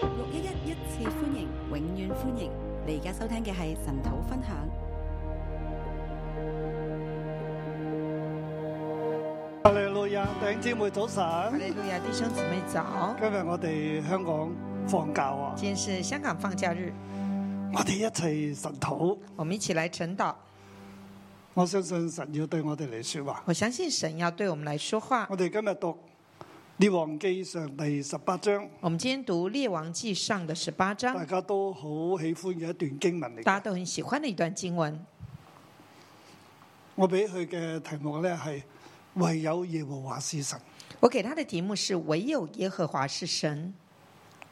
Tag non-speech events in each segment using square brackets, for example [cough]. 六一一一次歡迎，永遠歡迎！你而家收聽嘅係神土分享。哈利路亞，弟兄姊妹早晨。利路亚，弟兄姊妹早！今日我哋香港放假啊，今天是香港放假日，我哋一齊神土。我们一起来晨祷。我相信神要對我哋嚟說話。我相信神要对我们来说话。我哋今日讀《列王記上》第十八章，我们今天读《列王记上》的十八大章，家都好喜歡嘅一段經文嚟大家嘅。都很喜欢的一段经文。我俾佢嘅題目呢係唯有耶和華是神，我给他的题目是“唯有耶和华是神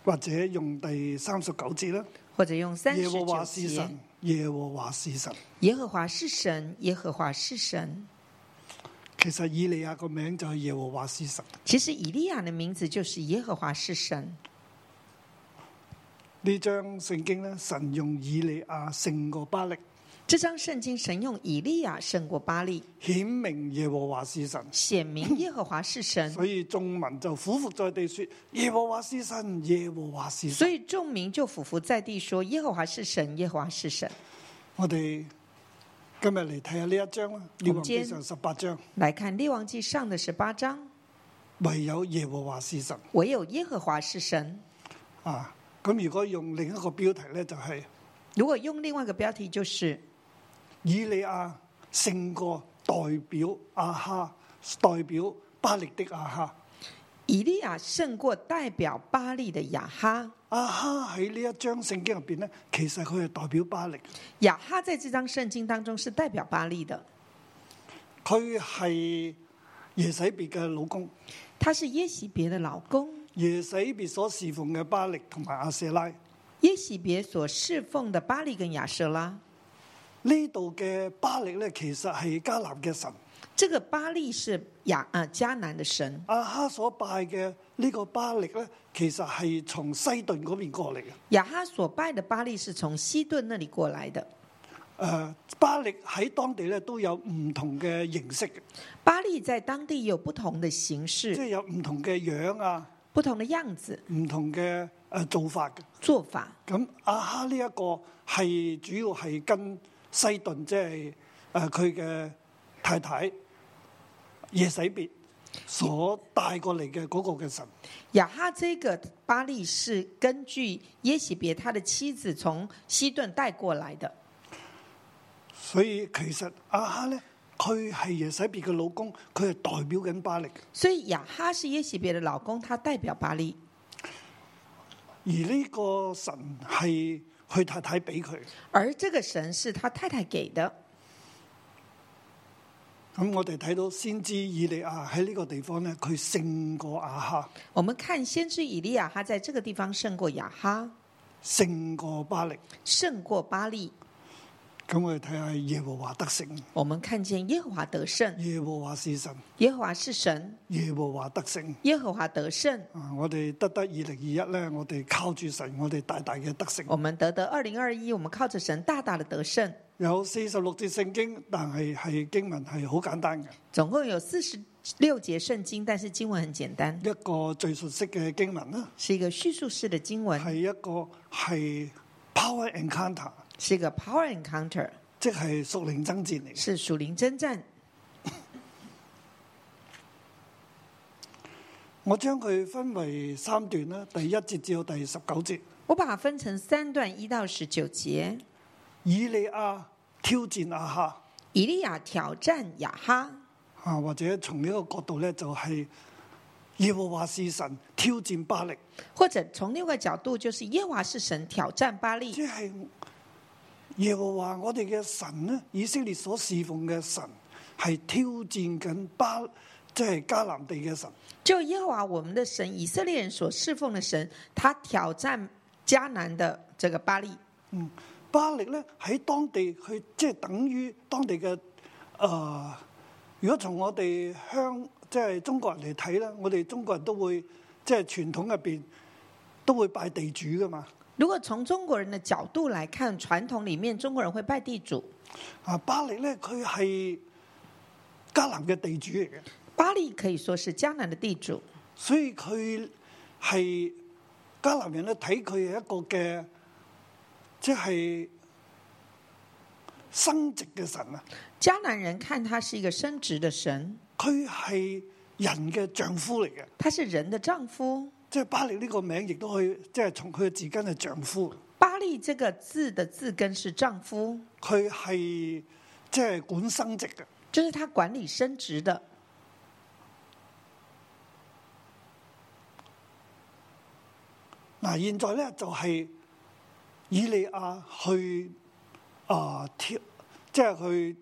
或者用第三十九節啦。”，或者用三十耶和華九是节神，耶和華是神。 “耶和华是神，耶和华是神其實以利亞個名就係耶和華是神。”。其实以利亚的名字就是耶和华是神。呢張聖經呢，神用以利亞勝過巴力。这张圣经神用以利亚胜过巴利，显明耶和华是神，显明耶和华是神，所以众民就俯伏在地说：耶和华是神，耶和华是所神。以众民就俯伏在地说：“耶和华是神，耶和华是神。”我哋今日嚟睇下呢一章啦，《列王記上》十八章，来看《列王记上》的十八章，唯有耶和华是神唯有耶和华是神。啊。咁如果用另一個標題呢，就係如果用另外一个标题，就是以利亞勝過代表亞哈，代表巴力的亞哈。以利亚胜过代表巴利的雅哈。亞哈喺呢一章聖經入边呢，其實佢係代表巴力，雅哈在这张圣经当中是代表巴利的，佢係耶洗別嘅老公。他是耶喜别的老公。耶洗別所侍奉嘅巴力同埋阿舍拉，耶喜别所侍奉的巴利跟亚舍拉，呢度嘅巴力咧，其實係迦南嘅神，这个巴利是亚啊迦南的神，阿哈所拜嘅呢個巴力咧，其實係從西頓嗰邊過嚟嘅。雅哈所拜的巴利是从西顿那里过来的。诶、巴力喺當地咧都有唔同嘅形式嘅，巴利在当地有不同的形即式、係有唔同嘅樣啊，不同的样子、唔同嘅诶做法嘅。做法。咁阿哈呢一個係主要係跟西頓，即係诶佢嘅太太耶洗別所帶過嚟嘅嗰個嘅神。雅哈这个巴利是根据耶喜别他的妻子从西顿带过来的，所以其實阿哈咧，佢係耶洗別嘅老公，佢係代表緊巴力嘅。所以雅哈是耶喜别的老公，他代表巴利，而呢個神係佢太太俾佢。而这个神是他太太给的。咁我哋睇到先知以利亞喺呢個地方咧，佢勝過阿哈，我们看先知以利亚，他在这个地方胜过雅哈，勝過巴力。胜过巴利。咁我哋睇下耶和華得勝，我们看见耶和华得胜，耶和華是神，耶和华是神，耶和華得勝。耶和华得胜。啊！我哋得得二零二一咧，我哋靠住神，我哋大大嘅得勝。我们得得二零二一，我们靠着神大大的得胜。有四十六節聖經，但係係經文係好簡單嘅。总共有四十六节圣经，但是经文很简单，一個最熟悉嘅經文啦，是一个叙述式的经文。係一個係 power encounter，是一个 power encounter，即係屬靈爭戰嚟嘅。是属灵征战。我將佢分為三段啦，第一節至到第十九節，我把它分成三段，一到十九节。以利亞挑戰亞哈以利亚挑战雅哈，啊，或者從呢個角度咧，就係耶和華是神挑戰巴力，或者从另外一个角度，就是耶和华是神挑战巴利，即係耶和華我哋嘅神呢，以色列所侍奉嘅神係挑戰緊巴，即係迦南地嘅神。就耶和华我们的神，以色列人所侍奉的神，他挑战迦南的这个巴利。巴力咧喺當地佢即係等於當地嘅誒、呃如果從我哋香即係中國人嚟睇咧，我哋中國人都會即係傳統入邊都會拜地主噶嘛。如果从中国人的角度来看，传统里面中国人会拜地主，啊，巴力咧佢係迦南嘅地主嚟嘅，巴利可以说是迦南的地主，所以佢係迦南人咧睇佢係一個嘅，即係生殖嘅神啊！迦南人看他是一个生殖的神，佢係人嘅丈夫嚟嘅，他是人的丈夫。即係巴力呢個名亦都可以，即係從佢嘅字根係丈夫，巴利这个字的字根是丈夫，佢係即係管生殖嘅。就是他管理生殖的。嗱，現在咧就係以利亞去啊挑，即係去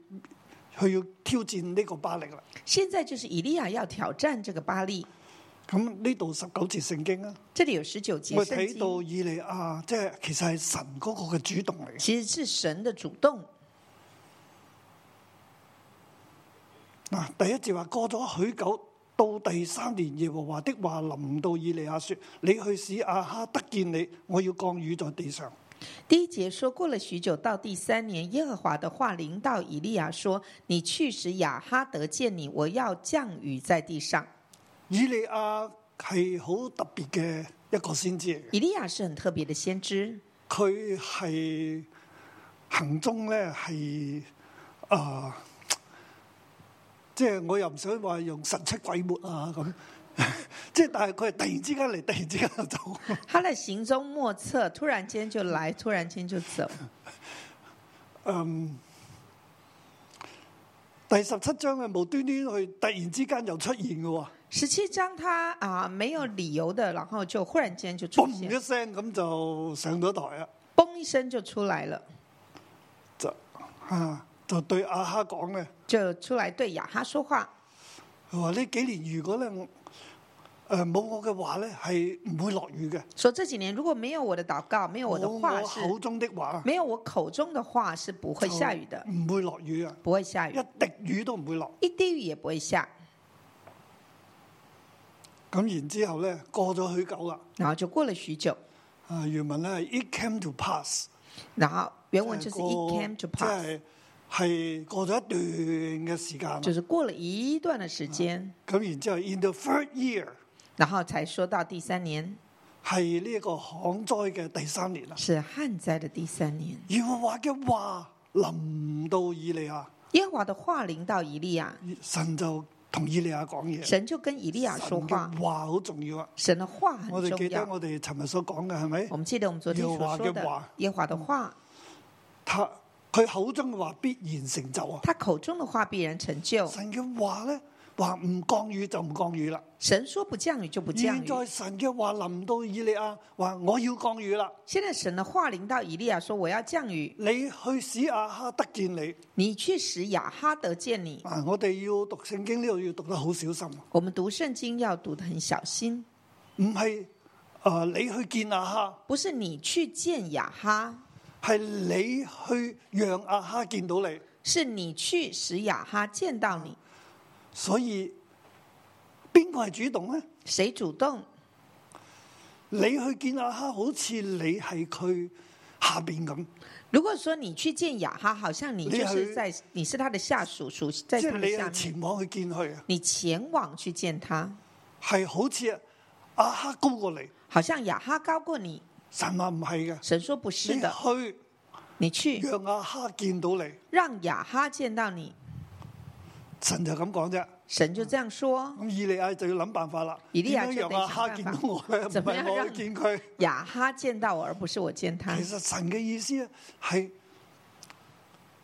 佢要挑戰呢個巴力啦。现在就是以利亚要挑战这个巴利，咁呢度十九節聖經啊，这里有十九节我圣睇经，到以利亞即係其實係神嗰個嘅主動嚟嘅，其实是神的主动。嗱，第一節話過咗許久，到第三年，耶和華的話臨到以利亞說：你去使亞哈得見你，我要降雨在地上。第一节说过了许久，到第三年，耶和华的话临到以利亚说：“你去时雅哈得见你，我要降雨在地上。以利亞係好特別嘅一個先知嚟嘅。”以利亚是很特别的先知，佢係行蹤咧係啊，即係我又唔想話用神出鬼沒啊咁， [laughs] 即係但係佢係突然之間嚟，突然之間就走，他的行踪莫测，突然间就来，突然间就走。嗯。第十七章嘅無端端去，突然之間又出現嘅喎，十七章他啊没有理由的，然后就忽然间就出嘣现一，聲咁就上咗台啦，嘣一声就出来了，就啊就對阿哈講咧，就出来对雅哈说话。佢話呢幾年如果咧我誒冇我嘅話咧，係唔會落雨嘅。说这几年如果没有我的祷告，没有我的话哦我是，口中的話没有我口中的话是不会下雨的，唔會落雨啊，不会下一雨，滴雨都唔會落。一滴雨也不会下。咁然之後咧，過咗許久啦，然后就過了許久，啊原文咧係 it came to pass，呃然後原文就是過 it came to pass，即係係過咗一段嘅時間啦。就是過了一段的時間，咁然之後，in the third year 然後才說到第三年係呢一個旱災嘅第三年啦。是旱災的第三年。耶和華嘅話臨到以利亞，耶和華的話臨到以利亞，神就同以利亞講嘢。神就跟以利亞說話嗯神，嘅話好重要啊！神的話我很哋記重得要。我哋尋日所講嘅係咪我？們記得我們昨天所說耶和華嘅嗯的話耶和華的話，他佢口中嘅話必然成就啊！他口中的話必然成就。神嘅話咧，話唔降雨就唔降雨啦。神說不降雨就不降現雨。在神嘅話臨到以利亞，話我要降雨啦。現在神的話臨到以利亞說：“我要降雨，你去使亞哈得見你你去使雅哈得見你。啊！我哋要讀聖經呢度要讀得好小心啊，”我們讀聖經要讀得很小心。唔係啊你去見亞哈，不是你去见雅哈，係你去讓亞哈見到你。是你去使雅哈见到你。所以邊個係主動咧？谁主动？你去見亞哈，好似你係佢下邊咁，如果说你去见雅哈，好像你就你是去在你是他的下属，属在即係他你的係下面，前往去見佢啊，你前往去见他，係好似亞哈高過你。好像雅哈高过你。神話唔係嘅。神说不是的，你你去去讓阿哈見到你，让雅哈见到你。神就咁講啫。神就这样说，咁以利亞就要諗辦法啦。以利亞點樣就讓得阿哈想見辦到法我咧？唔怎麼樣係我去讓見佢。雅哈见到我，而不是我见他其。實神嘅意思係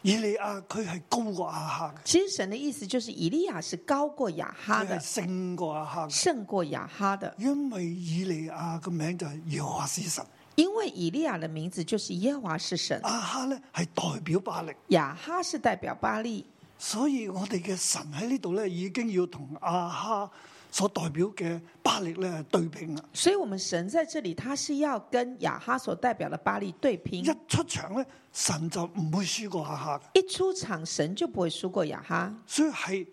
以利亞佢係高過阿哈嘅，其实神的意思就是以利亚是高过雅哈佢的係，勝過阿哈嘅。胜過雅哈的。因為以利亞個名就係耶和華是神，因为以利亚的名字就是耶和华是神，阿哈咧係代表巴力，雅哈是代表巴利，所以我哋嘅神喺呢度咧已經要同阿哈所代表嘅巴力咧對拼啦。所以我们神在这里他是要跟雅哈所代表的巴利对拼一。出場咧，神就唔會輸過阿哈嘅。一出场，神就不会输过雅哈，所以係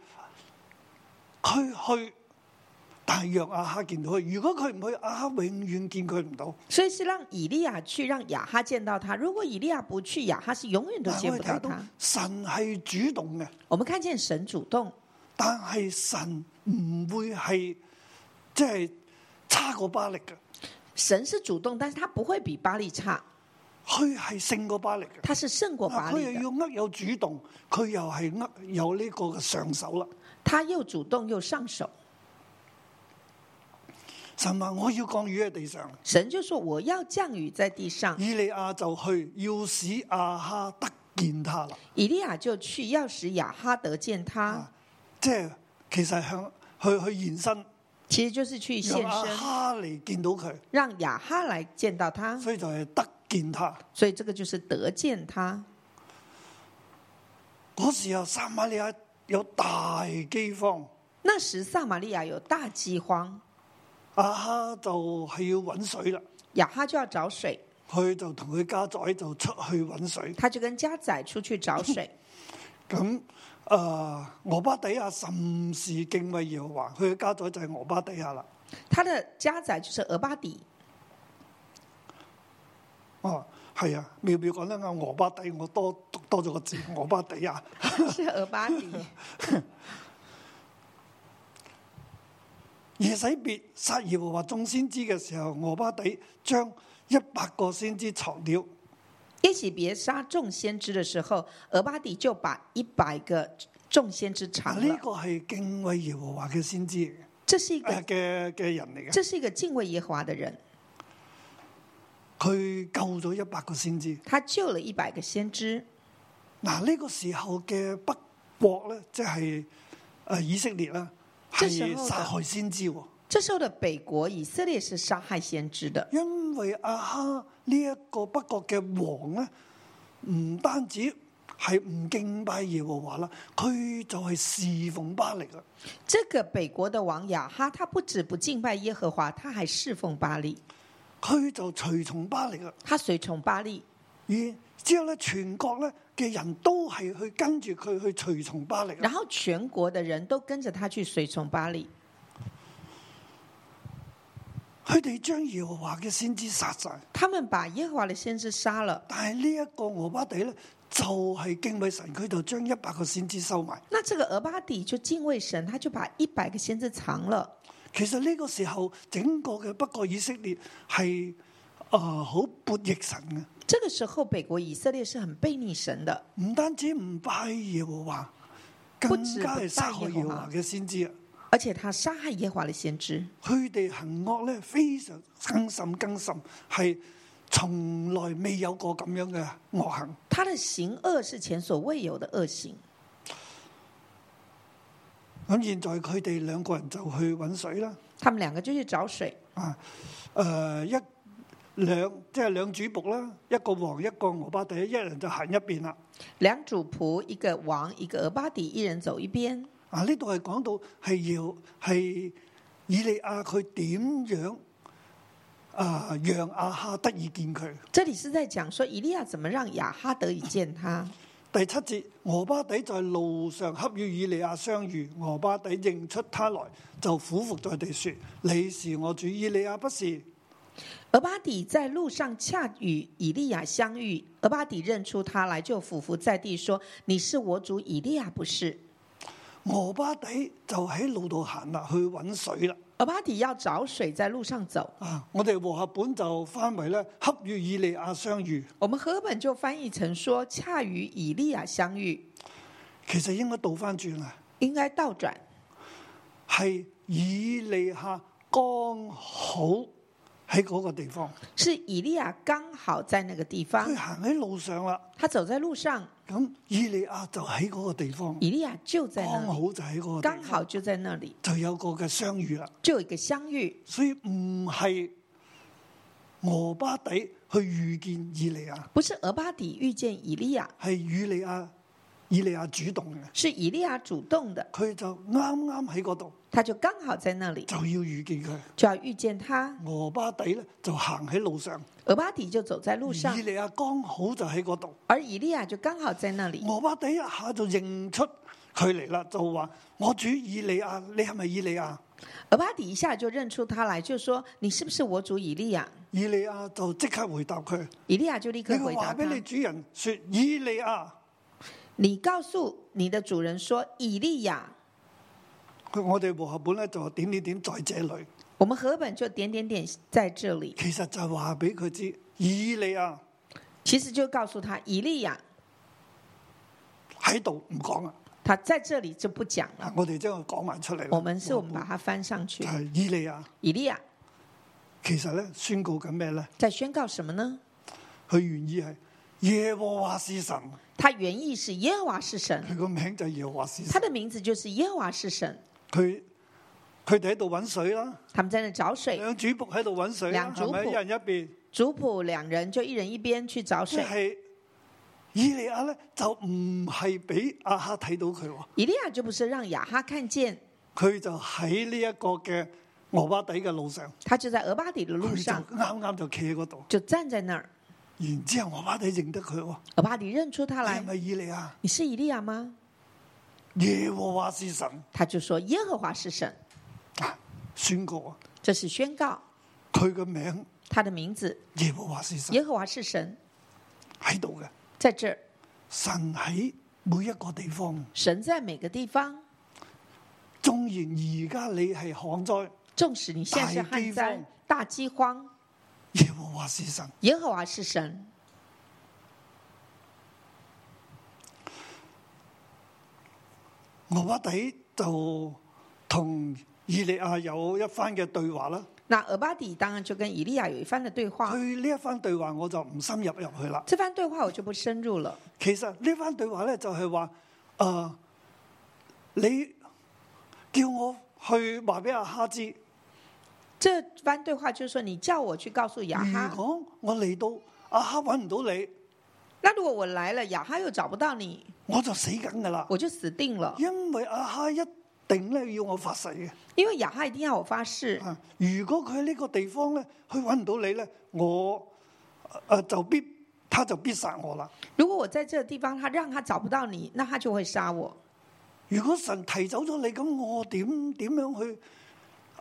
佢去，但係讓阿哈見到佢。如果佢唔去，阿哈永遠見佢唔到。所以是让以利亚去，让雅哈见到他。如果以利亚不去，雅哈是永远都但係见我不哋到睇到他。神係主動嘅，我们看见神主动，但係神唔會係即係差過巴力嘅。神是主动，但是他不会比巴力差，佢係勝過巴力嘅。啊他是胜过巴嗱佢力又要的。握有主動，佢又係握有呢個嘅上手啦。他又主动又上手，神話我要降雨喺地上，神就说我要降雨在地上。以利亞就去，要使亞哈得見他啦。以利亚就去，要使亚哈德见他啊，即係其實係向去去現身，其实就是去现讓亞身，哈嚟見到佢，让亚哈来见到他。所以就係得見他。所以这个就是得见他。嗰時候撒瑪利亞有大饑荒，那时撒玛利亚有大饥荒，亞哈就係要揾水啦。亚哈就要找水，佢就同佢家仔就出去揾水。他就跟家宰出去找水。咁诶，呃俄巴底亞甚是敬畏耶和華，佢嘅家仔就係俄巴底亞啦。他的家宰就是俄巴底，哦，係啊，妙妙講得啱，俄巴底我多讀多咗個字，俄巴底亞。是俄巴底。耶洗別殺耶和華眾先知嘅時候，俄巴底將一百個先知藏了。耶洗别杀众先知的时候，俄巴底就把一百个众先知嗱，藏呢了。個係敬畏耶和華嘅先知这是一嚟嘅个，嘅嘅人嚟嘅，这是一个敬畏耶和华的人，佢救咗一百個先知。他救了一百个先知。嗱，呢個時候嘅北國咧，即係誒以色列啦，即時候係嘅殺害先知喎，这时候的北国以色列是杀害先知的，因為阿哈呢一個北國嘅王咧，唔單止係唔敬拜耶和華啦，佢就係侍奉巴力啦。这个北国的王亚哈，他不止不敬拜耶和华，他还侍奉巴利，佢就隨從巴力啦，他随从巴利。而之後咧，全國咧嘅人都係去跟住佢去隨從巴力啦然。后全国的人都跟着他去随从巴利，佢哋將耶和華嘅先知殺晒，他们把耶和华的先知杀了。但係呢一個俄巴底咧就係敬畏神，佢就將一百個先知收埋。那这个俄巴底就敬畏神，他就把一百个先知藏了。其實呢個時候，整個嘅北國以色列係啊好悖逆神嘅，这个时候，北国以色列是很悖逆神的，唔單止唔拜耶和華，不更止加係殺害不拜耶耶和和華華嘅先知啊！而且他杀害耶和华的先知，佢哋行惡咧，非常更甚更甚，係從來未有過咁樣嘅惡行。他的行恶是前所未有的恶行。咁現在佢哋兩個人就去揾水啦，他们两个就去找水，啊，誒、一兩即係兩主仆啦，一個王一個俄巴底，一人就行一邊啦。两主仆，一个王，一个俄巴底，一人走一边。啊，呢度係講到係要係以利亞佢點樣啊，讓亞哈得以見佢。这里是在讲说以利亚怎么让亚哈得以见他。第七節，俄巴底在路上恰與以利亞相遇，俄巴底認出他來，就俯伏在地說：你是我主以利亞，不是？俄巴底在路上恰与以利亚相遇，俄巴底认出他来，就俯伏在地说：“你是我主以利亚，不是俄巴底就喺路度行啦，去揾水啦。？”俄巴底要找水，在路上走。啊，我哋和合本就翻為咧恰與以利亞相遇，我们和本就翻译成说：“恰与以利亚相遇，其實應該倒翻轉啦。应该倒转。係以利亞剛好喺嗰個地方，”是以利亚刚好在那个地方佢，行喺路上啦。他走在路上，咁以利亞就喺嗰個地方，以利亚就在剛那好里，就喺嗰個刚地方，好就在那里，就有個嘅相遇啦。就有一个相遇。所以唔係俄巴底去遇見以利亞，不是俄巴底遇见以利亚，係以利亞以利亞主動嘅，是以利亚主动的，佢就啱啱喺嗰度他就刚好在那里，就要遇見佢。就要遇见他。俄巴底咧就行喺路上，俄巴底就走在路上以，利亞剛好就喺嗰度。而以利亚就刚好在那里。俄巴底一下就認出佢嚟啦，就話：我主以利亞，你係咪以利亞？俄巴底一下就认出他来，就说：“你是不是我主以利亚以利亞就即刻回答佢：？”以利亚就立你刻回要答話俾他你主人說，以利亞，：“你告诉你的主人说，以利亚。佢我哋和合本咧就話點點點在這裏，”我们和本就点点点在这里，其實就係話俾佢知，以利亞其实就告诉他，以利亚喺度唔講啊，他在這裡就不講了。我哋將佢講埋出嚟啦。嗯我們是我们把它翻上去就。係以利亞，以利亚其實咧宣告緊咩咧？在宣告什么呢？佢願意係耶和華是神，他原意是耶和华是神，佢個名就係耶和華是他神。的名字就是耶和华是神。佢佢哋喺度揾水啦，他们在那找水，兩主仆喺度揾水啦，兩主係咪仆一人一邊？族谱两人就一人一邊去找即水。係以利亞咧就唔係俾阿哈睇到佢喎，以利亚就不是让雅哈看见，佢就喺呢一個嘅俄巴底嘅路上，他就在俄巴底的佢路就上啱啱就企喺嗰度，就站在那儿。然之後俄巴底認得佢喎，俄巴底认出他你来係，咪以利亞？你是以利亚吗？耶和華是神他就说耶和华是神，啊，宣告啊，这是宣告佢嘅名他的名字耶和華是神耶和华是神，喺度嘅，在这儿神喺每一個地方。神在每个地方。縱然而家你係旱災，纵使你现在是旱啊灾、大饥荒，耶和華是神。耶和华是神。俄巴底就同以利亞有一番嘅對話啦。那俄巴底当然就跟以利亚有一番的对话，佢呢一番對話我就唔深入入去啦。这番对话我就不深入了。其實呢番對話咧就係話，诶、你叫我去話俾阿哈知，这番对话就是说，你叫我去告诉雅如啊哈，果我嚟到阿哈揾唔到你，那如果我来了，雅哈又找不到你，我就死緊噶啦。我就死定了，因為阿哈一定咧要我發誓嘅。因为雅哈一定要我发誓，啊！如果佢喺呢個地方咧，佢揾唔到你咧，我誒、呃就必他就必殺我啦。如果我在这个地方，他让他找不到你，那他就会杀我。如果神提走咗你，咁我點點樣去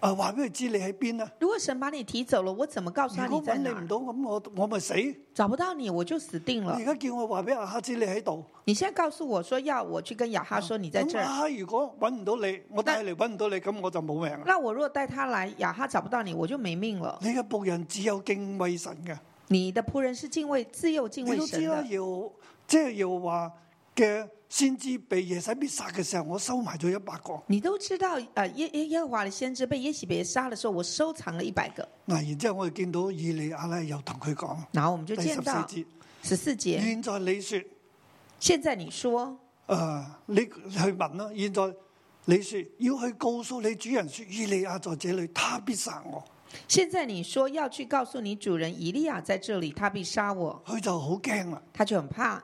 誒話俾佢知你喺邊啊？如果神把你提走了，我怎么告诉他如果你揾在你哪唔儿？到，咁我我咪死。你找不到你，我就死定了而。家叫我話俾阿哈知你喺度，你现在告诉我说要我去跟雅哈说你在这咁儿阿，哈如果揾唔到你，我帶你揾唔到你，咁我就冇命啦。那我若带他来，雅哈找不到你，我就没命了。你嘅仆人只有敬畏神嘅，你的仆人是敬畏自幼敬你畏都神知啦。的。要即係要話嘅先知被耶洗必殺嘅時候，我收埋咗一百個。你都知道，呃，耶耶耶和华的先知被耶洗别杀的时候，我收藏了一百个，嗱，然之後我哋見到以利亞咧，又同佢講然后我们就第十见四到節，十四嗯节。現在你說，誒、现在你说，你去問啦。現在你說要去告訴你主人說，以利亞在這裏，他必殺我。现在你说要去告诉你主人以利亚在这里，他必杀我，佢就好驚啦。他就很怕。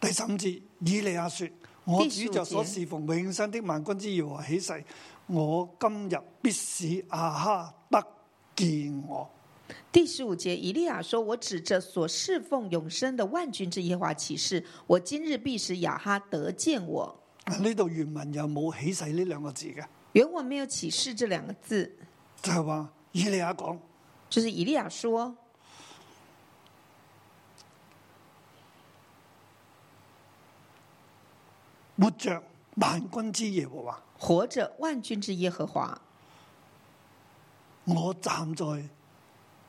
第十五節，以利亞說：我第十五指着所節侍奉永生的萬軍之耶和華起誓，我今日必使亞哈得見我。第十五节，以利亚说：“我指着所侍奉永生的万军之耶和华起誓，我今日必使雅哈得见我。啊呢度原文又冇起誓呢兩個字嘅，”原文没有“起誓”这两个字，就係、話以利亞講。就是以利亚说活着萬軍之耶和華，：“活着，万军之耶和华，我站在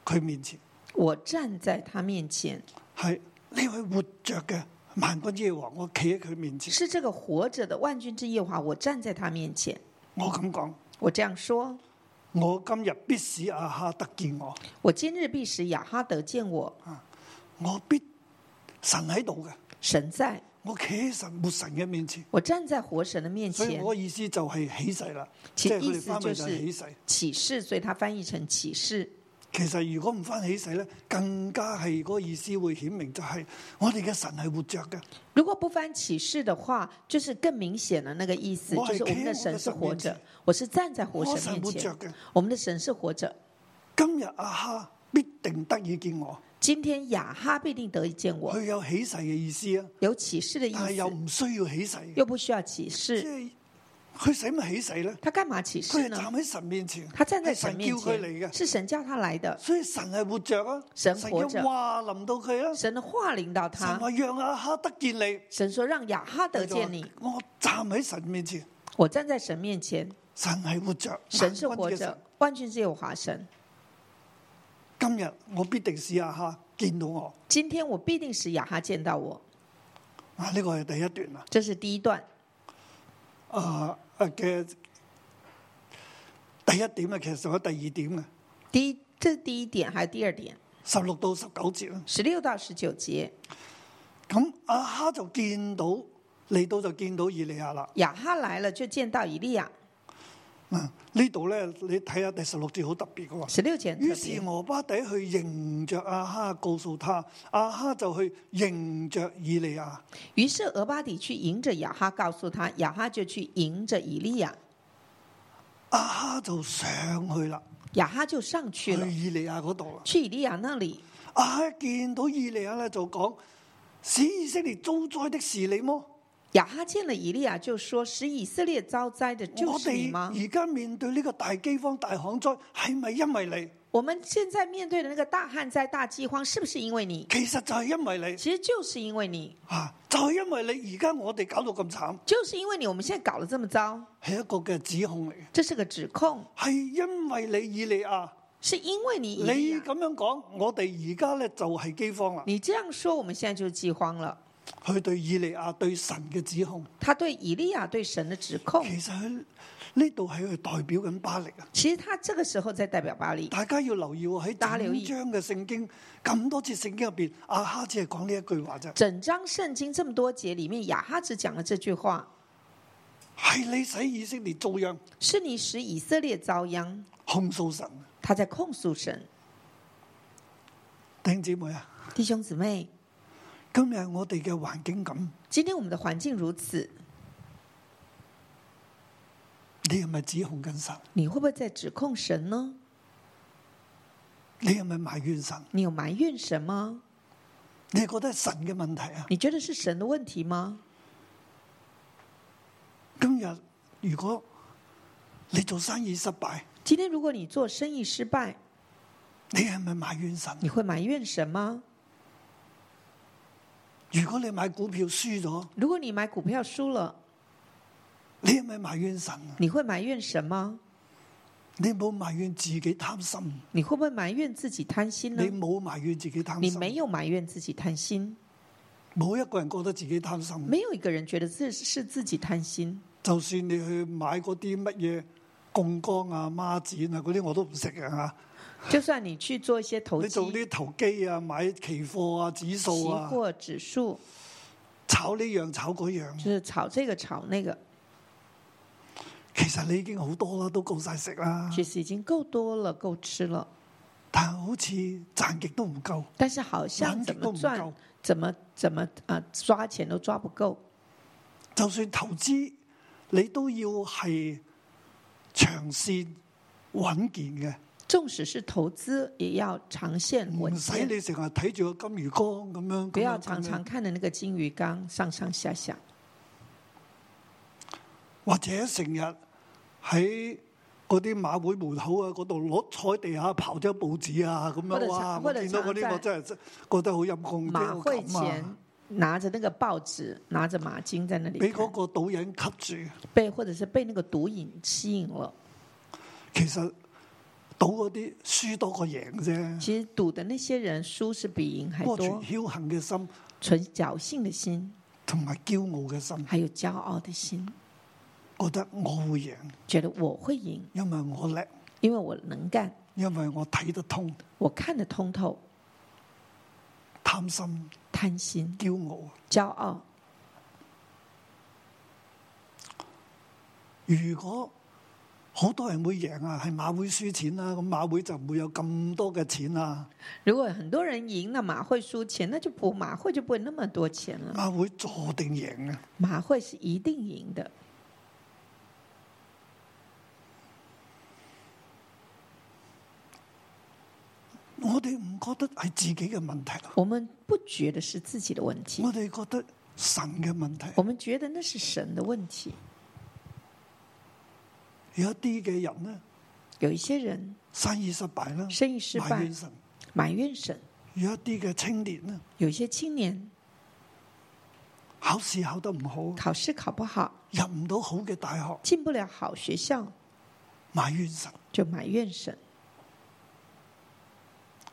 佢面前，我站在他面前。係呢位活着嘅萬軍之耶和華，我企喺佢面”前，是这个活着的万军之耶和华，我站在他面前。我咁講，我这样说，我今日必使亞哈得見我，我今日必使雅哈得见我。我必神喺度嘅，神在，我企喺神活神嘅面前，我站在活神的面所以前。我意思就係起誓啦，其即係佢意哋思翻就去就係是起誓。启示，所以它翻译成启示。其實如果唔翻起誓咧，更加係嗰個意思會顯明，就係我哋嘅神係活着嘅，如果不翻启示的话，就是更明显的那个意思，我就还是我们的可以神是活我着的神面，我是站在活我神神面活着前，嘅。我们的神是活着。今日亞哈必定得以見我。今天雅哈必定得以见我，佢有起誓嘅意思啊，有启示的意但係又思，唔需要起誓嘅，又不需要启即示，係佢使乜起誓咧？他干嘛启佢示係站呢？喺神面前，他站在係神神面叫佢嚟前，嘅，是神叫他来的，所以神係活着啊，神活着嘅話臨到佢啊，神的话领导神他，話讓阿哈得見你，神说让雅哈得见你佢，就話我站喺神面前，我站在神面前，神係活着，神是活萬軍之着神。，万军之耶和华神。今日我必定試下下見到我。今天我必定使雅哈见到我，啊，呢個係第一段啦。这是第一段。啊啊嘅第一點啊，其實仲有第二點嘅，第一，这是第一点，还有第二点，十六到十九節啦。十六到十九节，咁阿哈就見到嚟到就見到以利亞啦。雅哈来了就见到以利亚。嗱呢度咧，你睇下第十六節好特別嘅喎。十六节很於特是别，俄巴底去迎着阿哈，告訴他，阿哈就去迎着以利亞。于是俄巴底去迎着雅哈，告诉他，雅哈就去迎着以利亚，阿哈就上去啦，雅哈就上去去了，以利亞嗰度啦。去以利亚那里。阿哈見到以利亞咧，就講：使以色列遭災的是你麼？雅哈见了以利亚，就说：“使以色列遭灾的就我啊是你哋吗？而家面對呢個大饑荒、大旱災，係咪因為你？我们现在面对的那个大旱灾、大饥荒，是不是因为你？其實就係因為你其实就是因为你，啊，就係因為你而家我哋搞到咁慘，就是因为你，我们现在搞得这么糟，係一個嘅指控嚟嘅。这是个指控，係因為你以利亞，是因为你以利你亚。咁樣講，我哋而家咧就係饑荒啦。你这样说，我们现在就是饥荒了。佢對以利亞對神嘅指控，他对以利亚对神的指控，其實佢呢度係佢代表緊巴力啊。其实他这个时候在代表巴黎。大家要留意喎，喺大家留整意章嘅聖經咁多節聖經入邊，阿哈只係講呢一句話啫，整章圣经这么多节里面，雅哈只讲了这句话：係你使以色列遭殃，是你使以色列遭殃。控訴神。啊他在控诉神。弟兄姊妹啊，弟兄姊妹，今日我哋嘅環境咁，今天我们的环境如此，你係咪指控緊神？你会不会在指控神呢？你係咪埋怨神？你有埋怨神吗？你係覺得係神嘅問題啊？你觉得是神的问题吗？今日如果你做生意失敗，今天如果你做生意失败，你係咪埋怨神？你会埋怨神吗？如果你買股票輸咗，如果你买股票输了，你係咪埋怨神啊？你会埋怨神吗？你冇埋怨自己貪心，你会不会埋怨自己贪心呢你？冇埋怨自己貪嗯你心，没有埋怨自己贪心，冇一個人覺得自己貪心。没有一个人觉得自是自己贪心。就算你去買嗰啲乜嘢杠杆啊、孖展啊嗰啲，我都唔識嘅吓。就算你去做一些投你机、做啲投機啊、買期貨啊、指數期啊、货、指数，炒呢樣炒嗰就樣，是炒这个炒那个，其實你已經好多啦，都夠晒食啦。其实已经够多了，够吃了。但係好似賺極都唔夠，但是好像懒怎得都么不够赚，怎么怎么啊、抓钱都抓不够。就算投資你都要係長線穩健纵使是投资，也要长嘅，线稳唔嗯使健，你成日睇住個金魚缸咁樣。不要咁樣常咁樣常看着那个金鱼缸上上下下，或者成日喺嗰啲馬會門口啊嗰度攞坐喺地下刨咗報紙啊咁或樣，者哇！或我者見到嗰常啲在我真係覺得好陰公，即马係会咁前啊！拿着那个报纸，拿着马巾在那里俾看，嗰個賭癮吸住，被或者是被那个毒瘾吸引了。其實賭嗰啲輸多過贏啫，其实赌的那些人输是比赢还嗰個存多，僥倖嘅心存侥幸的心，同埋驕傲嘅心，还有骄傲的心，覺得我會贏，觉得我会赢，因為我叻，因为我能干，因為我睇得通，我看得通透，貪心、贪心、驕傲。骄傲。如果好多人會贏啊，係馬會輸錢啦、啊咁馬會就唔會有咁多嘅啊錢啦、如果很多人赢，那马会输钱，那就不马会就不会那么多钱了。啊會坐定贏啊！马会是一定赢的。我哋唔覺得係自己嘅問題，我们不觉得是自己的问题我，哋覺得神嘅問題。我们觉得那是神的问题。有一啲嘅人呢，有一些人生意失敗啦，生意失埋败怨，神；埋怨神；有一啲嘅青年呢，有一些青年考試考得唔好，考试考不好，入唔到好嘅大學，进不了好学校，埋怨神，就埋怨神，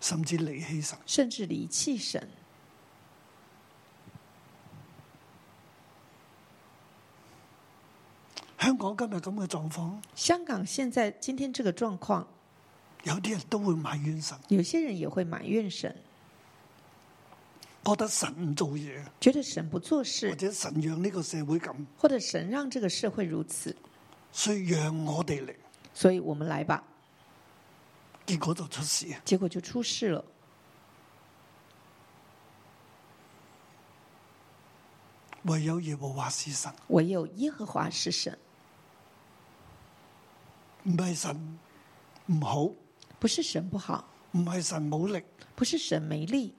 甚至離棄神。甚至离弃神。香港今日咁嘅狀況，香港现在今天这个状况，有啲人都會埋怨神，有些人也会埋怨神，覺得神唔做嘢，觉得神不做或事，者神讓呢個社會咁，或者神让这个社会如此，所以讓我哋嚟，所以我们来吧。結果就出事。结果就出事了。唯有耶和華是神，唯有耶和华是神，唔係神唔好，唔不是神不好，係神冇力，不是神没力，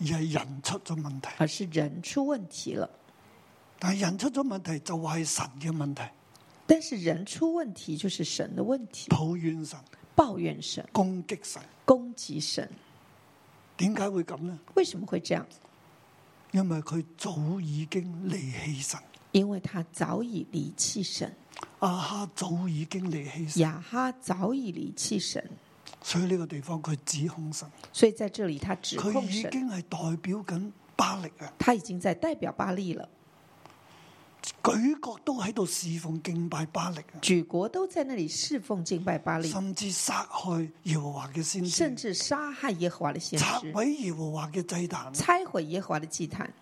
而係人出咗問題。而是人出问题了。但係人出咗問題就話係神嘅問題，但是人出问题就是神的问题，抱怨神、抱怨神，攻擊神，攻击神，點解會咁呢？为什么会这样？因為佢早已經離棄神，因为他早已离弃神，阿哈早已經離棄神，雅哈早已离弃神，所以呢個地方佢指控神，所以在这里他指佢控已神，經係代表緊巴力啊，他已经在代表巴利了，舉國都喺度侍奉敬拜巴力啊，举国都在那里侍奉敬拜巴利，甚至殺害耶和華嘅先甚知，至杀害耶和华的先拆知，毀耶和華嘅祭啊壇，拆毁耶和华的祭坛。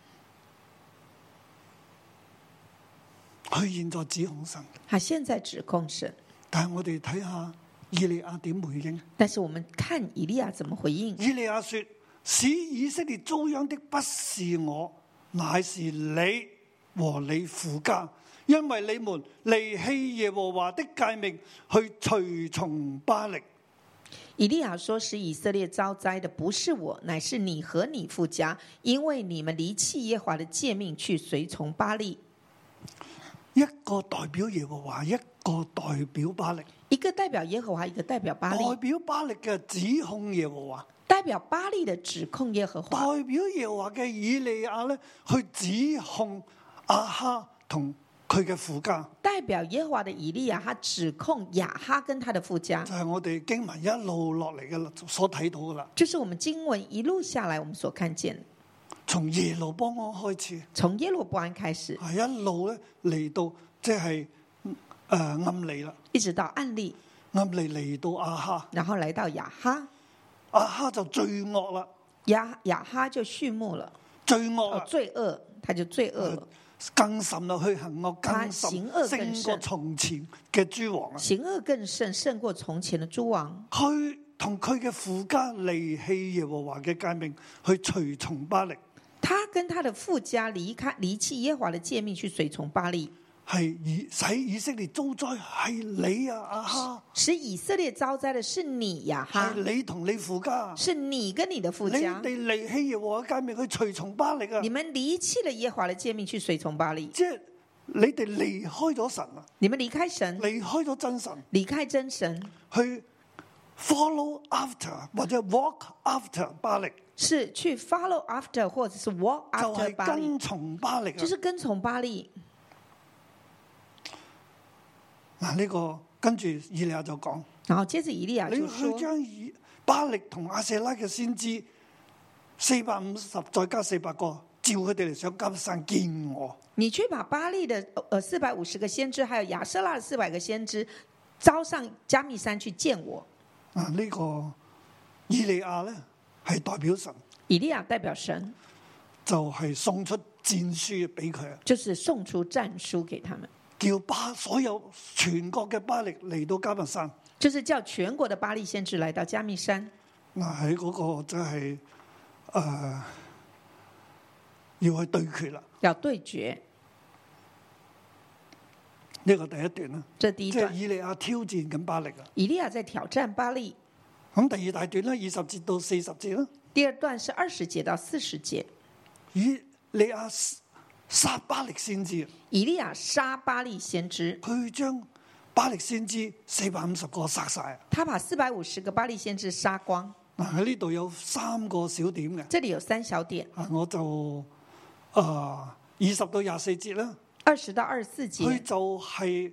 佢現在指控神，他现在指控神，但係我哋睇下以利亞點回應。但是我们看以利亚怎么回应。以利亞說：使以色列遭殃的不是我，乃是你和你父家，因為你們離棄耶和華的誡命，去隨從巴力。以利亚说：“使以色列遭灾的不是我，乃是你和你父家，因为你们离弃耶和华的诫命，去随从巴利。一個代表耶和華，一個代表巴力。一个代表耶和华，一个代表巴利。代表巴力嘅指控耶和華，代表巴利的指控耶和华，代表耶和華嘅以利亞咧，去指控阿哈同佢嘅父家，代表耶和华的以利亚，他指控雅哈跟他的父家就，係我哋經文一路落嚟嘅啦所睇到噶啦，就是我们经文一路下来我们所看见的，從耶路波安開始。从耶罗波安开始，係一路咧嚟到即係诶暗利啦，一直到暗利，暗利嚟到阿哈，然后来到雅哈，阿哈就罪惡啦，雅雅哈就序幕了，罪惡哦嗯啦，，罪恶，他就罪恶了。”更甚啦，去行惡更啊甚行惡，更勝過甚從前嘅諸王啊！行恶更甚，胜过从前的诸王。佢同佢嘅父家離棄耶和華嘅誡命，去隨從巴力，他跟他的父家离开离弃耶和华的诫命，去随从巴利，係以使以色列遭災，係你啊，阿哈，使以色列遭灾的是你呀哈，係你同你父家，是你跟你的你父家，哋離棄耶和華嘅誡命，去隨從巴力啊你！们离弃了耶和华的诫命，去随从巴利，即係你哋離開咗神啊！你们离开神，離開咗真神，离开真神，去 follow after 或者 walk after 巴力，是去 follow after 或者是 walk 就 after 係巴利，跟從巴力啊！就是跟从巴利。嗱，呢個跟住以利亞就講，然后接着以利亚你啊就要去说，將以巴力同阿舍拉嘅先知四百五十再加四百個，召佢哋嚟上加山見我。你去把巴利的呃四百五十个先知，还有亚瑟拉四百个先知，招上加密山去见我。嗱，呢個以利亞咧係代表神，以利亚代表神，就係送出戰書俾佢啊，就是送出战书给他们，叫巴所有全國嘅巴力嚟到加密山。就是叫全国的巴利先知来到加密山，嗱喺嗰個真係誒、呃要去對決啦，要对决。呢、個第一段啦，这第即係一段，以利亞挑戰緊巴力啊。以利亚在挑战巴利。咁第二大段咧，二十節到四十節啦，第二段是二十节到四十节，以利亞殺巴力先知，以利亚杀巴利先知，佢將巴力先知四百五十個殺晒。啊他把四百五十个巴利先知杀光。嗱喺呢度有三個小點嘅，这里有三小点，啊我就啊二十到廿四節啦，哎二十到二十四佢节，就係、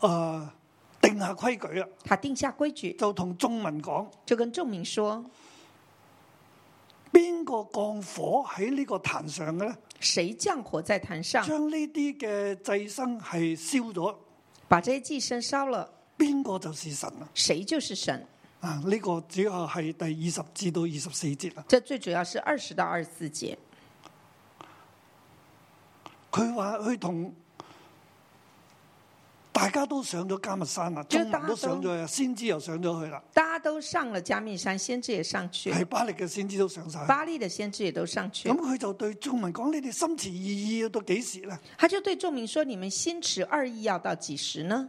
呃定下規矩啦，他定下规矩，就同眾民講：就跟众民说：邊個降火喺呢個壇上嘅咧？谁降火在坛上，將呢啲嘅祭牲係燒咗，把这些祭牲烧了，邊個就是神啊！谁就是神。啊，呢、個主要係第二十至到二十四節啦。这最主要是二十到二十四节，佢話佢同大家都上咗加密山啦，即係眾民大家都都上咗去啦，先知又上咗去啦，大家都上了加密山，先知也上去了係巴力嘅先知都上晒去。巴利的先知也都上去咁了。佢就對眾民講：你哋心持二意要到幾時咧？他就对众民说：“你们心持二意，要到几时呢？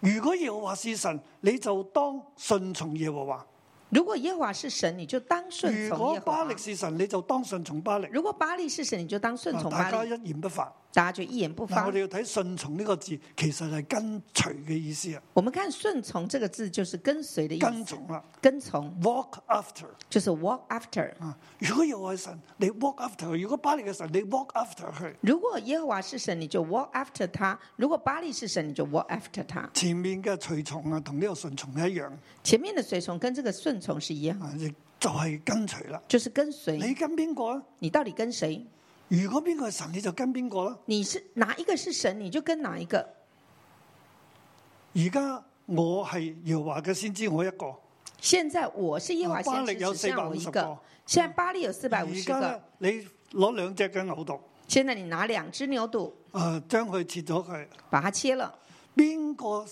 如果耶和華是神，你就當順從耶和華；如果耶和华是神，你就当如顺从果耶和华巴力；是神，你就當順從巴力。啊如果巴利是神，你就当顺从大巴家利。一言不發。大家就一言不嗱，发我。哋要睇順從呢個字，其實係跟隨嘅意思啊，我们看“顺从”这个字，就是跟随的意跟思，從啦跟从，walk after 就是 walk after。啊。如果耶和華係神，你 walk after；佢如果巴力嘅神，你 walk after 佢。如果耶和华是神，你就 walk after 他；如果巴利是神，你就 walk after 他。前面嘅隨從啊，同呢個順從係一樣前面的随从跟这个顺从是一样，啊，亦就係跟隨啦。就是跟随。你跟邊個啊？你到底跟谁？如果邊個係神，你就跟邊個啦。你是哪一个是神，你就跟哪一个。而家我係耶和華嘅先知，我一個。现在我是耶和华哦巴先力知，有只剩下我一450个个。哎现在巴利有四百五而十家个咧，，你攞兩隻嘅牛犊，现在你拿两只牛肚，诶、將佢切咗佢。把它切了。邊個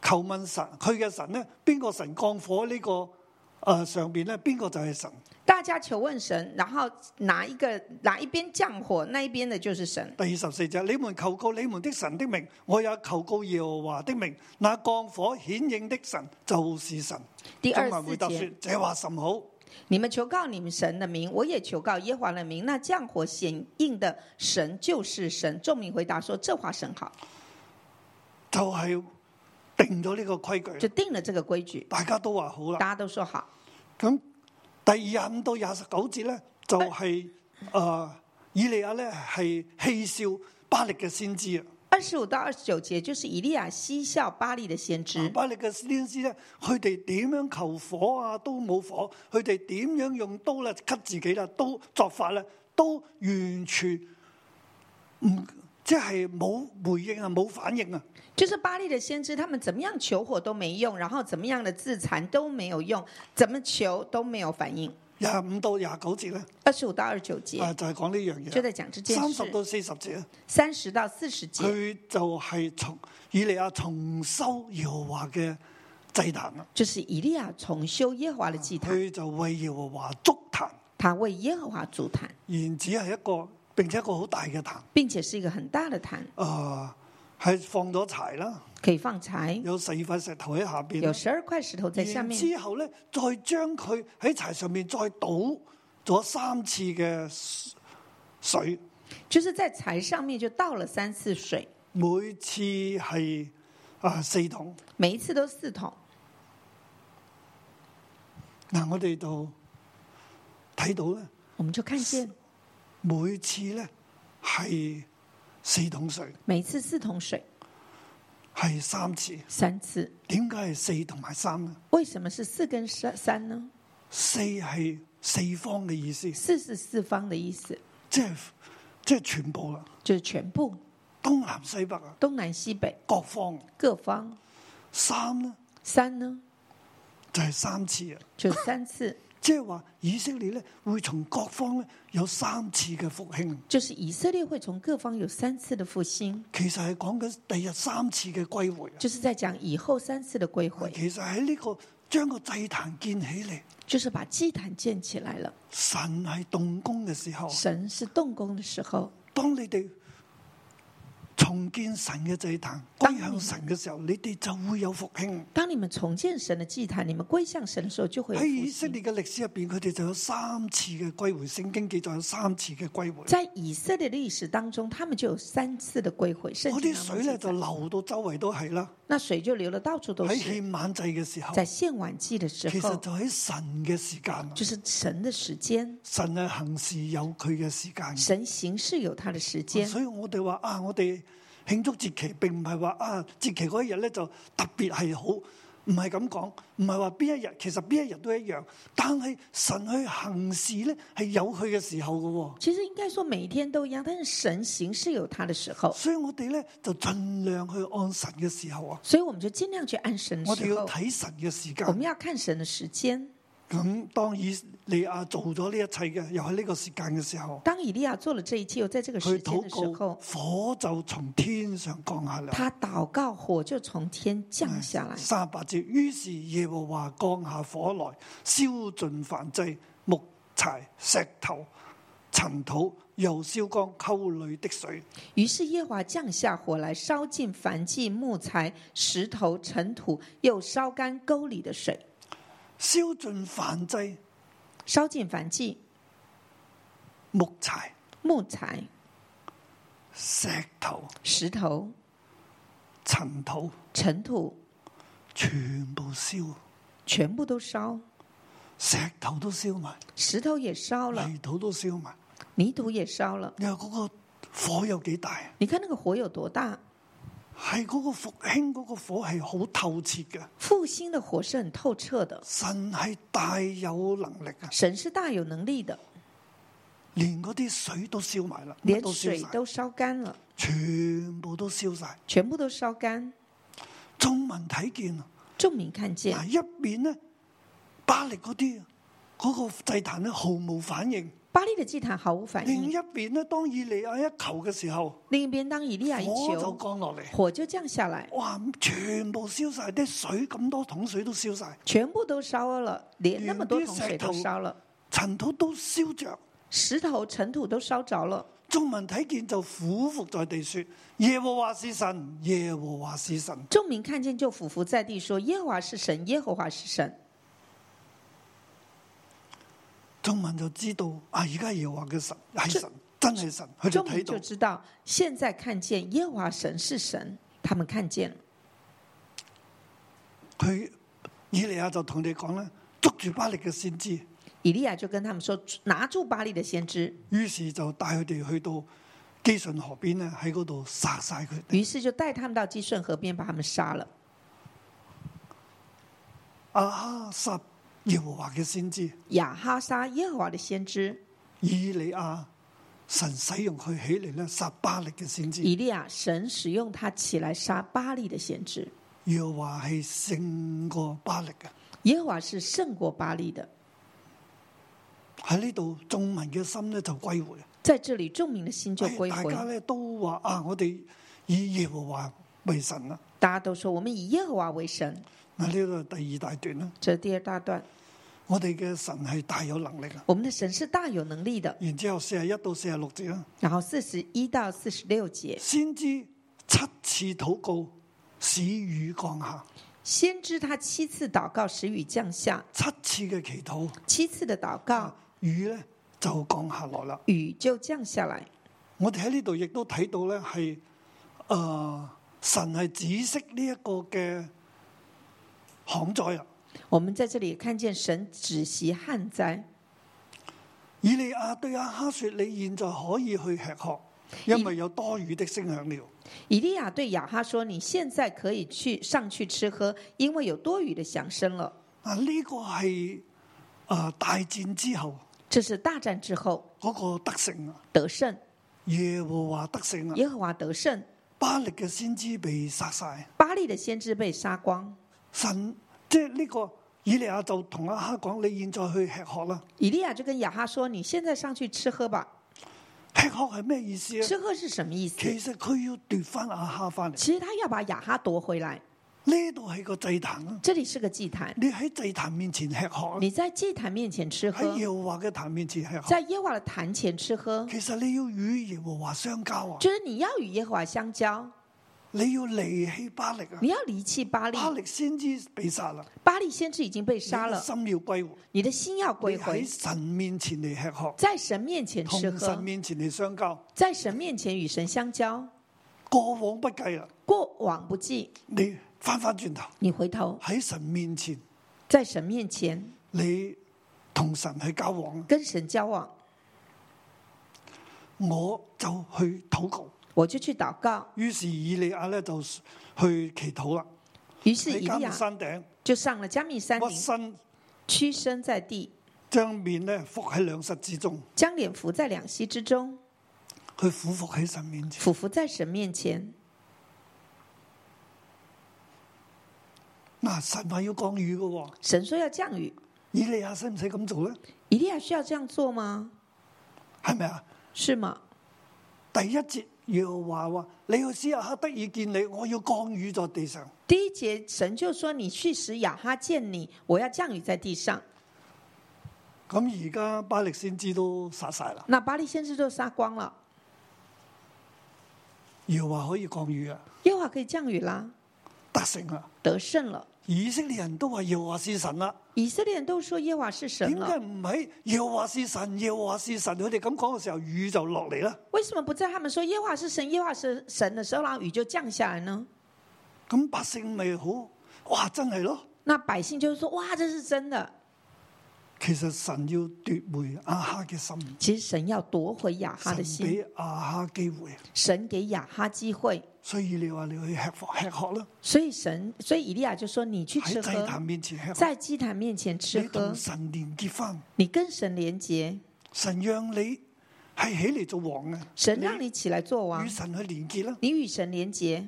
求問神？佢嘅神咧，邊個神降火呢、個个呃上边咧？邊個就係神？大家求问神，然后哪一个哪一边降火，那一边的就是神。第二十四節，你們求告你們的神的名，我也求告耶和華的名。那降火顯應的神就是神。第二中文十四回答說节：，這話甚好。你们求告你们神的名，我也求告耶和华的名。那降火显应的神就是神。众民回答说：这话神好，就係定咗呢個規矩，就定了这个规矩，大家都話好大啦。家都说好。咁第二十五到廿九節咧，就係呃以利亞咧係戲笑巴力嘅先知啊。二十五到二十九节就是以利亚嬉笑巴利的先知。巴力嘅先知咧，啊佢哋點樣求火啊，都冇火；佢哋點樣用刀咧，拮自己啦，刀作法咧，都完全唔即係冇回應啊，冇反應啊。就是巴利的先知，他们怎么样求火都没用，然后怎么样的自残都没有用，怎么求都没有反应。廿五到廿九節咧，二十五到二十九节啊就係講呢樣就嘢。在讲这件三十事，到四十節咧，啊三十到四十节佢就係重以利亞重修耶和華嘅祭壇啊，就是以利亚重修耶和华的祭坛，佢就為耶和華築壇，他为耶和华筑坛，然只係一個並且一個好大嘅壇，并且是一个很大的坛，啊係放咗柴啦。可以放柴，有四塊石頭喺下边啦，有十二块石头在下然面，之後咧，再將佢喺柴上面再倒咗三次嘅水，就是在柴上面就倒了三次水，每次係啊四桶。每一次都四桶。嗱，我哋就睇到咧，我们就看见每次咧係四桶水，每一次四桶水係三次。三次，點解係四同埋三咧？为什么是四跟三三呢？四係四方嘅意思，四是四方的意思，即係即系全部啦，就是全部東南西北啊，东南西北各方。各方。三咧三呢，就係三次啊。就三次，即係話以色列咧會從各方咧有三次嘅復興，就是以色列会从各方有三次的复兴，其實係講緊第日三次嘅歸回啊。就是在講以后三次的归回，其實喺呢、個將個祭壇建起嚟，就是把祭坛建起来了。神係動工嘅時候，神是动工的时候，當你哋重建神嘅祭壇，歸向神嘅時候，你哋就會有復興。当你们重建神的祭坛，你们归向神的时候，就会有喺复以色兴。列嘅歷史入邊，佢哋就有三次嘅歸回，聖經記載有三次嘅歸回。在以色列历史当中，他们就有三次的归回。圣嗰啲经当中水咧记载就流到周圍都係啦。那水就流了到处都喺是。獻晚祭嘅時候，在献晚祭的时其實候，就喺神嘅時間啊。就是神的时间，神係行事有佢嘅時間，神行事有他的时间。所以我哋話啊，我哋慶祝節期並唔係話啊節期嗰一日咧就特別係好，唔係咁講，唔係話邊一日，其實邊一日都一樣。但係神去行事咧係有佢嘅時候嘅喎。其实应该说每一天都一样，但是神行是有他的时候，所以我哋咧就盡量去按神嘅時候啊，所以我们就尽量去按神的我哋时要候，睇神嘅時間我。们要看神的时间。咁當以利亞做咗呢一切嘅，又喺呢個時間嘅時候，当以利亚做了这一切，又在这个佢时间的时禱告候，，火就從天上降下嚟。他祷告，火就从天降下来。三十八節，於是耶和華降下火來，燒盡燔祭、木柴、石頭、塵土，又燒乾溝裏的水。于是耶和华降下火来，烧尽燔祭、木材、石头、尘土，又烧干沟里的水。燒盡燔祭、烧尽燔祭、木柴、木材、石頭、石头、塵土，尘土，全部燒，全部都烧，石頭都燒埋，石头也烧了，泥土都燒埋。泥土也烧了。你話嗰個火有幾大啊？你看那个火有多大？係嗰個復興嗰個火係好透徹嘅，复兴的火是很透彻的，神係大有能力啊！神是大有能力的，連嗰啲水都燒埋啦，乜连都燒水晒。都烧干了，全部都燒晒。全部都烧干。眾民睇見啊，众民看见嗱一邊呢，巴力嗰啲啊嗰個祭壇咧毫無反應；巴利的祭坛毫无反另应一，邊呢，當以利亞一求嘅時候，另一边当以利亚一火就求，降落嚟，火就降下来，哇！全部燒晒，啲水咁多桶水都燒晒，全部都烧了，连那么多桶水连都啲石头烧了，塵土都燒着。石头、尘土都烧着了。眾民睇見就俯伏在地說：耶和華是神，耶和華是神。众民看见就俯伏在地说：“耶和华是神，耶和华是神。眾民就知道啊，而家耶和華嘅神係神，真係神。佢」就众睇民就到知道，现在看见耶和华神是神，他们看见了。佢以利亞就同你講咧，捉住巴力嘅先知，以利亚就跟他们说：“拿住巴利的先知。”於是就帶佢哋去到基順河邊咧，喺嗰度殺晒佢哋。于是就带他们到基顺河边，把他们杀了。阿哈撒啊耶和華嘅先知，亚哈沙耶和华的先知以利亞神使用佢起嚟咧殺巴力嘅先知。以利亚，神使用他起来杀巴利的先知。耶和華係勝過巴力嘅。耶和华是胜过巴利的。喺呢度眾民嘅心咧就歸回，哎在这里，众民的心就归大回，家咧都話啊，我哋以耶和華為神啊啦。大家都说我们以耶和华为神。嗱，啊呢度係第二大段啦，这第二大段，我哋嘅神係大有能力啊。我们的神是大有能力的。然之後四十一到四十六節啦，然后四十一到四十六节，先知七次禱告，使雨降下，先知他七次祷告，时雨降下，七次嘅祈禱，七次的祷告，雨呢就降下來啦。雨就降下来。我哋喺呢度亦都睇到呢係誒神係紫色呢一個嘅旱災啊！我们在这里看见神止息旱灾。以利亞對阿哈說：你現在可以去吃喝，因為有多雨的聲響了。以利亚对亚哈说：“你现在可以去上去吃喝，因为有多余的响声了。啊，呢個係誒大戰之後”这是大战之后嗰個得勝啊！得胜，耶和華得勝啊！耶和华得胜，巴力嘅先知被殺晒，啊巴利的先知被杀光。神即係呢個以利亞就同阿哈講：你現在去吃喝啦！以利亚就跟亚哈说：“你现在上去吃喝吧。吃喝係咩意思啊？吃喝是什么意思？其實佢要奪翻阿哈翻嚟，其实他要把亚哈夺回来。呢度係個祭壇啊！这里是个祭坛，你喺祭壇面前吃喝啊，你在祭坛面前吃喝喺，耶和華嘅壇面前吃喝。在耶和华的坛前吃喝，其實你要與耶和華相交啊！就是你要与耶和华相交，你要離棄巴力啊！你要离弃巴利。巴力先知被殺啦，巴利先知已经被杀你了嘅，心要歸回，你的心要归你喺回，神面前嚟吃喝，在神面前吃同喝神。面前嚟相交，在神面前与神相交，過往不計啦，过往不计，你翻翻轉頭你回头喺神面前。在神面前你同神去交往，跟神交往，我就去禱告。我就去祷告。於是以利亞咧就去祈禱啦，于是喺以加利密亚山頂就上了加密山屈顶，身，屈身在地，將面咧伏喺兩膝之中，将脸伏在两膝之中，佢俯伏喺神面前。俯伏在神面前。嗱、神話要降雨嘅喎，神说要降雨，以利亞使唔使咁做咧？以利亚需要这样做吗？係咪啊？是吗？第一節要話話，你去斯亞克得以見你，我要降雨在地上。第一节神就说：“你去使亚哈见你，我要降雨在地上。咁而家巴力先知都殺晒啦”，那巴利先知就杀光了，要話可以降雨啊，耶和华可以降雨啦，得勝啊！得胜了。以色列人都話耶和華是神啦、以色列人都说耶和华是點神解了，唔喺耶和華是神，耶和華是神？佢哋咁講嘅時候，雨就落嚟啦。为什么不在他们说耶和华是神、耶和华是神的时候，然后雨就降下来呢？咁百姓咪好，哇！真係咯，那百姓就说：“哇，这是真的。其實神要奪回阿哈嘅心”，其实神要夺回亚哈神的心，俾阿哈機會，神给亚哈机会，所以你話你去吃喝吃喝啦，所以神，所以以利亚就说：“你去吃喺祭壇喝，面前吃喝，在祭坛面前吃你喝同，神連結翻，你跟神连结，神讓你係起嚟做王啊，神让你起来做與王，神去連結啦。你与神连结。”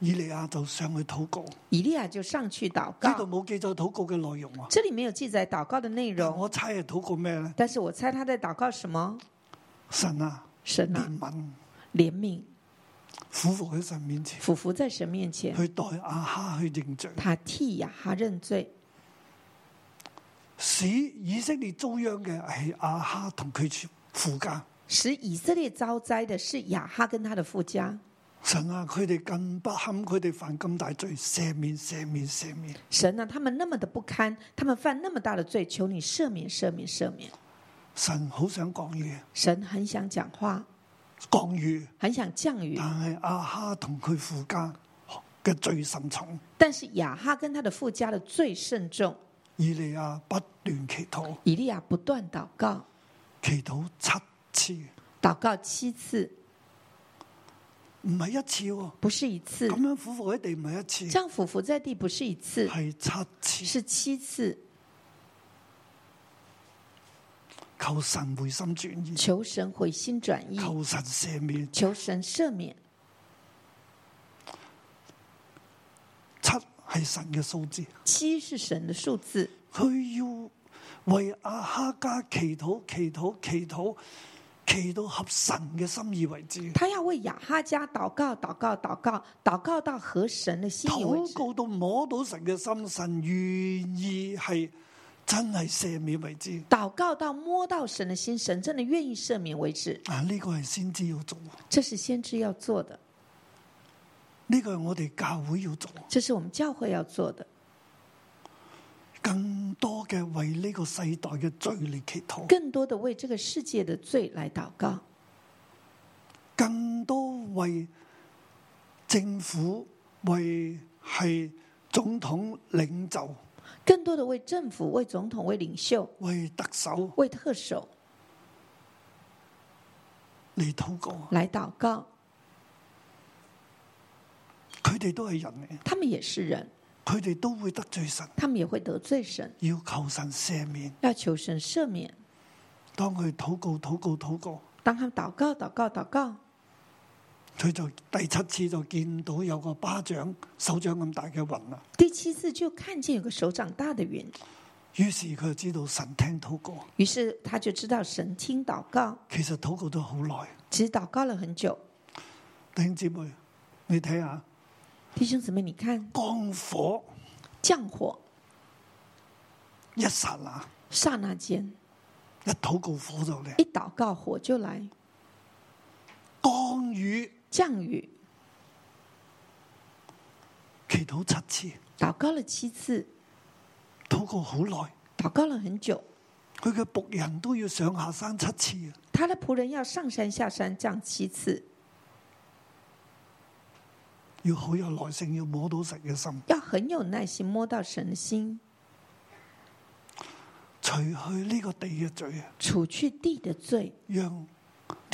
以利亞就上去禱告，呢以利亚就上去祷度告，冇記載禱告嘅內容啊。这里没有记载祷告的内但容，我猜係禱告咩咧？但是我猜他在祷告什么？神啊，神啊，憐憫，怜悯，俯伏喺神面前。俯伏在神面前，去代阿哈去認罪，他替亚哈认罪，使以色列遭殃嘅係阿哈同佢父家。使以色列遭灾的是亚哈跟他的父家。神啊，佢哋咁不堪，佢哋犯咁大罪，赦免、赦免、赦免。神啊，他们那么的不堪，他们犯那么大的罪，求你赦免、赦免、赦免。神好想降雨，神很想讲话，降雨，很想降雨但，係阿哈同佢父家嘅罪甚重。但是亚哈跟他的父家的罪甚重。以利亞不斷祈禱，以利亚不断祷告，祈禱七次，祷告七次，唔係一次喎。不是一次咁。樣俯伏喺地唔係一这次，样俯伏在地不是一次，係七次。是七次。求神回心轉意，求神回心转意，求神赦免。求神赦免。七係神嘅數字。七是神的数字，佢要為阿哈家祈禱、祈禱、祈禱，祈到合神嘅心意為止。他要为亚哈家祷告，祷告，祷告，祷告到合神的心意为禱止。告到摸到神嘅心，神願意係真係赦免為止。祷告到摸到神的心，神真的愿意赦免为止，啊，呢、個係先知要做，这是先知要做的，呢、個係我哋教會要做，这是我们教会要做的，更多嘅為呢個世代嘅罪嚟祈禱，更多的为这个世界的罪来祷告，更多為政府、為係總統領袖、更多的为政府、为总统、为领袖、為特首为特首嚟禱告。来祷告。佢哋都係人嚟，他们也是人，佢哋都會得罪神，他们也会得罪神，要求神赦免。要求神赦免。當佢禱告、禱告、禱告，当他们祷告、祷告、祷告，佢就第七次就見到有個巴掌、手掌咁大嘅啊雲啦。第七次就看见有个手掌大的云，於是佢就知道神聽禱告。于是他就知道神听祷告。其實禱告都好耐，其实祷告了很久，弟兄姊妹，你睇下弟兄姊妹，你看降火降火一剎那，刹那间，一禱告火就嚟；一祷告火就来，降雨降雨祈禱七次，祷告了七次，禱告好耐。祷告了很久。佢嘅仆人都要上下山七次啊！他的仆人要上山下山降七次，要好有耐性，要摸到神嘅心。要很有耐心摸到神的心，除去呢個地嘅罪啊，除去地的罪，讓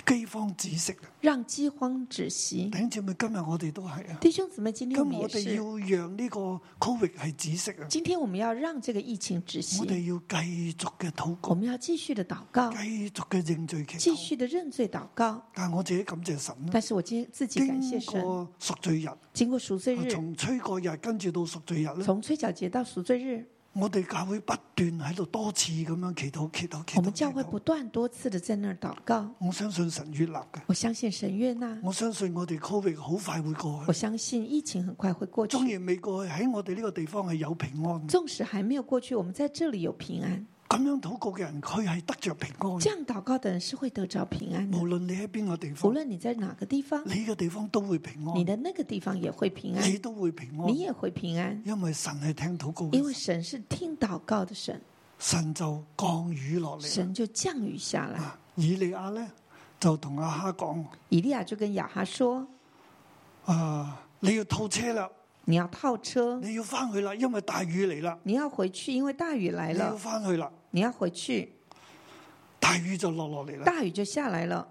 饑荒止息啊！让饥荒止息弟。兄姊妹，今日我哋都係啊，弟兄姊妹，今天今我日们也我哋是，要讓呢個 Covid 係止息啊！今天我们要让这个疫情止息我，哋要繼續嘅禱我告，们要继续的祷告，繼續嘅認罪祈继禱。续的认罪祷告。但係我自己感謝神啦，但是我今天自己感谢經神，過贖罪日，经过赎罪日，從吹過日跟住到贖罪日咧，从吹角节到赎罪日，我哋教會不斷喺度多次咁樣祈禱、祈禱、祈禱我们祈教会禱。不断多次的在那儿祷告。我相信神悦納嘅，我相信神悦纳，我相信我哋 Covid 好快會過我去。相信疫情很快会过縱去。然未過去，喺我哋呢個地方係有平安嘅。纵使还没有过去，我们在这里有平安。咁樣禱告嘅人，佢係得着平安嘅。这样祷告的人是会得着平安的無，論你喺邊個地无方，论你在哪个地方，你嘅地方都會平你安，的那个地方也会平安，你都會平安你，也会平安，因為神係聽禱告因为嘅，神是听祷告的神，神就降雨落嚟。神就降雨下来。啊以利亞咧就同阿哈講：以利亚就跟亚哈说啊，你要套車啦，：“你要套车，你要翻去啦，因為大雨嚟啦，你要回去，因为大雨来你要了，翻去啦，你要回去。大雨就落落嚟啦。大雨就下来了，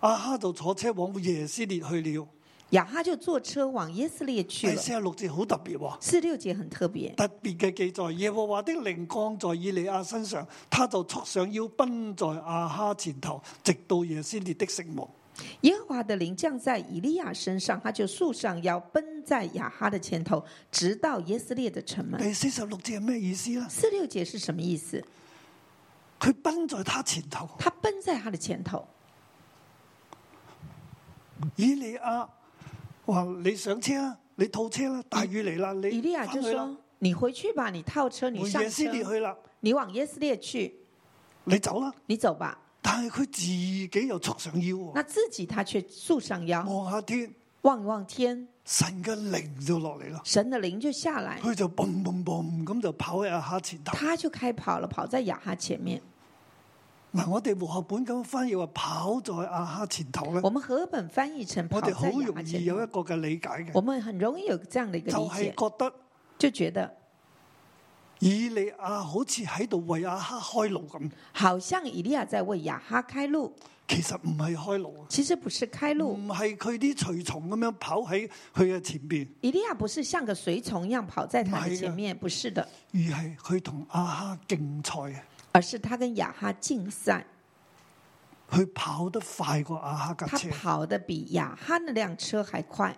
阿哈就坐車往耶斯列去了。亚哈就坐车往耶斯列去第了。四十六節好特別喎。四六节很特别，特別嘅記載，耶和華的靈降在以利亞身上，他就束上腰奔在亞哈前頭，直到耶斯列的城門。耶和华的灵降在以利亚身上，他就束上腰，奔在亚哈的前头，直到耶斯列的城门。第四十六節係咩意思呢？四六节是什么意思？佢奔在他前頭，他奔在他的前头。以利亞話：你上車啊，你套車啦，大雨嚟啦，以利你亚翻就去啦说，：“你回去吧，你套车，你回上耶斯列车，去啦，你往耶斯列去，你走啦。你走吧。但係佢自己又束上腰喎，”那自己他却束上腰，望下天，望一望天，神嘅靈就落嚟啦，神的灵就下来，佢就嘣嘣嘣咁就跑喺亞哈前頭。他就开跑了，跑在亚哈前面。嗱，我哋和合本咁翻譯話跑在亞哈前頭咧。我们和本翻译成跑我在哋好亚哈容易有一前头，個嘅理解嘅，我们很容易有这样的一个就理係解，覺得就觉得以利亞好似喺度為亞哈開路咁，好像以利亚在为亚哈开路，其實唔係開路啊，其实不是开路。唔係佢啲隨從咁樣跑喺佢嘅前邊，以利亚不是像个随从一样跑在他的前面，不是的，而係佢同亞哈競賽啊，而是他跟亚哈竞赛，佢跑得快過亞哈架他車，跑得比亚哈那辆车还快，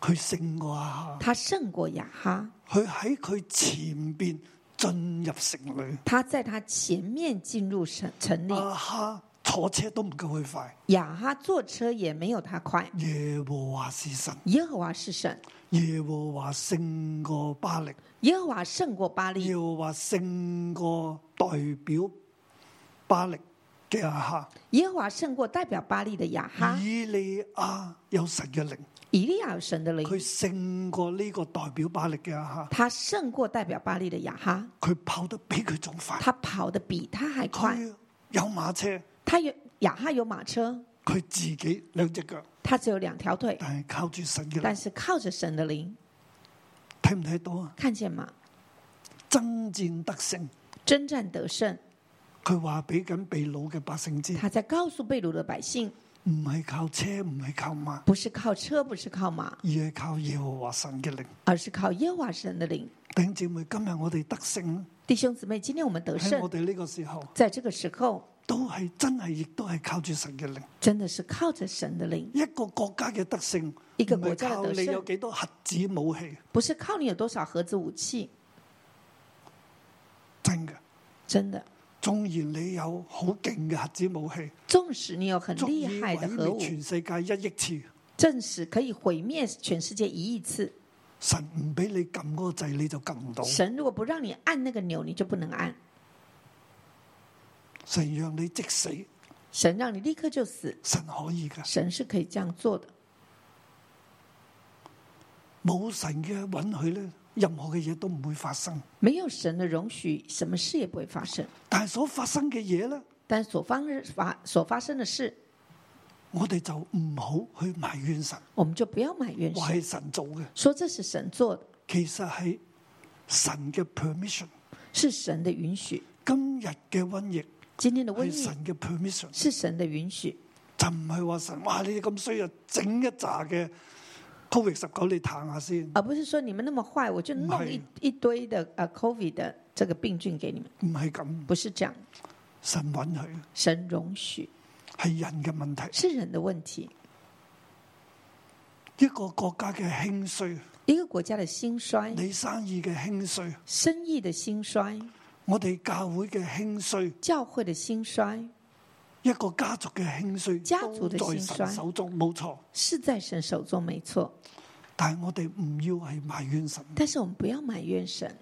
佢勝過亞哈，他胜过亚哈，佢喺佢前邊進入城裏，他在他前面进入城城里，亞啊哈坐車都唔夠佢快。亚哈坐车也没有他快。耶和華是神，耶和华是神，耶和華勝過巴力。耶和华胜过巴利，要話勝過代表巴力嘅亞哈，耶和华胜过代表巴利的亚哈。以利亞有神嘅靈，以利亚有神的灵，佢勝過呢個代表巴力嘅亞哈，他胜过代表巴利的亚哈，佢跑得比佢仲快，他跑得比他还快。佢有馬車，他有雅哈有马车，佢自己兩隻腳，他只有两条腿，但係靠住神嘅但靈，是靠着神的灵，睇唔睇到啊？看见吗？爭戰得勝，征战得胜。佢話俾緊被掳嘅百姓知，他在告诉被掳的百姓，唔係靠車，唔係靠馬，不是靠车，不是靠马，而係靠耶和華神嘅靈。而是靠耶和华神的灵。弟兄姊妹，今日我哋得勝啦，弟兄姊妹，今天我们得喺我胜，哋呢個時候。在这个时候，都係真係，亦都係靠住神嘅力。真的是靠着神的灵，一個國家嘅德性，一個唔係國家嘅靠德性你有幾多核子武器，不是靠你有多少盒子武器。真嘅。真的，縱然你有好勁嘅核子武器，纵使你有很足以厉害毀的核滅武，全世界一億次，证实可以毁灭全世界一亿次。神唔俾你撳嗰個掣，你就撳唔到。神如果不让你按那个钮，你就不能按。神讓你即死，神让你立刻就死，神可以嘅。神是可以这样做的。冇神嘅允許咧，任何嘅嘢都唔會發生。没有神的容许，什么事也不会发生。但係所發生嘅嘢咧，但所发发所发生的事，我哋就唔好去埋怨神，我们就不要埋怨話神，係神做嘅，说这是神做的，其實係神嘅 permission。是神的允许。今日嘅瘟疫今天的瘟係疫哎神嘅 permission，是神的允许，就唔係話神哇你哋咁衰啊，整一扎嘅 covid 十九你彈下先，而不是说你们那么坏，我就弄唔係一一堆的呃 COVID 的这个病菌给你们，唔係咁，不是这样，神允許神容许係人嘅問題，是人的问题。一個國家嘅興衰，一个国家的兴衰，你生意嘅興衰，生意的兴衰，我哋教會嘅興衰。教会的兴衰，一個家族嘅興衰，家族嘅都在興衰神手中，冇錯。是在神手中没错。但係我哋唔要係埋怨神，但是我们不要埋怨神，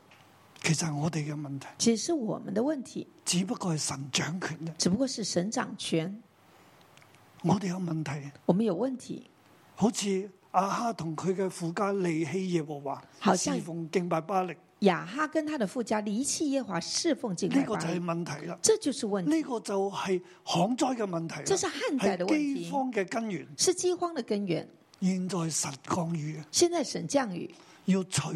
其實係我哋嘅問題，其实是我们的问题，只不過係神掌權啫。只不过是神掌权，我哋有問題，我们有问题，好似阿哈同佢嘅父家離棄耶和華，好像侍奉敬拜巴力，雅哈跟他的父家离弃耶和华侍奉敬呢、拜個巴就力係問題啦。这就是问题，呢、個就係旱災嘅問題啦，这是旱灾的係问饑题，荒嘅根源。是饥荒的根源。現在神降雨，现在神降雨，要除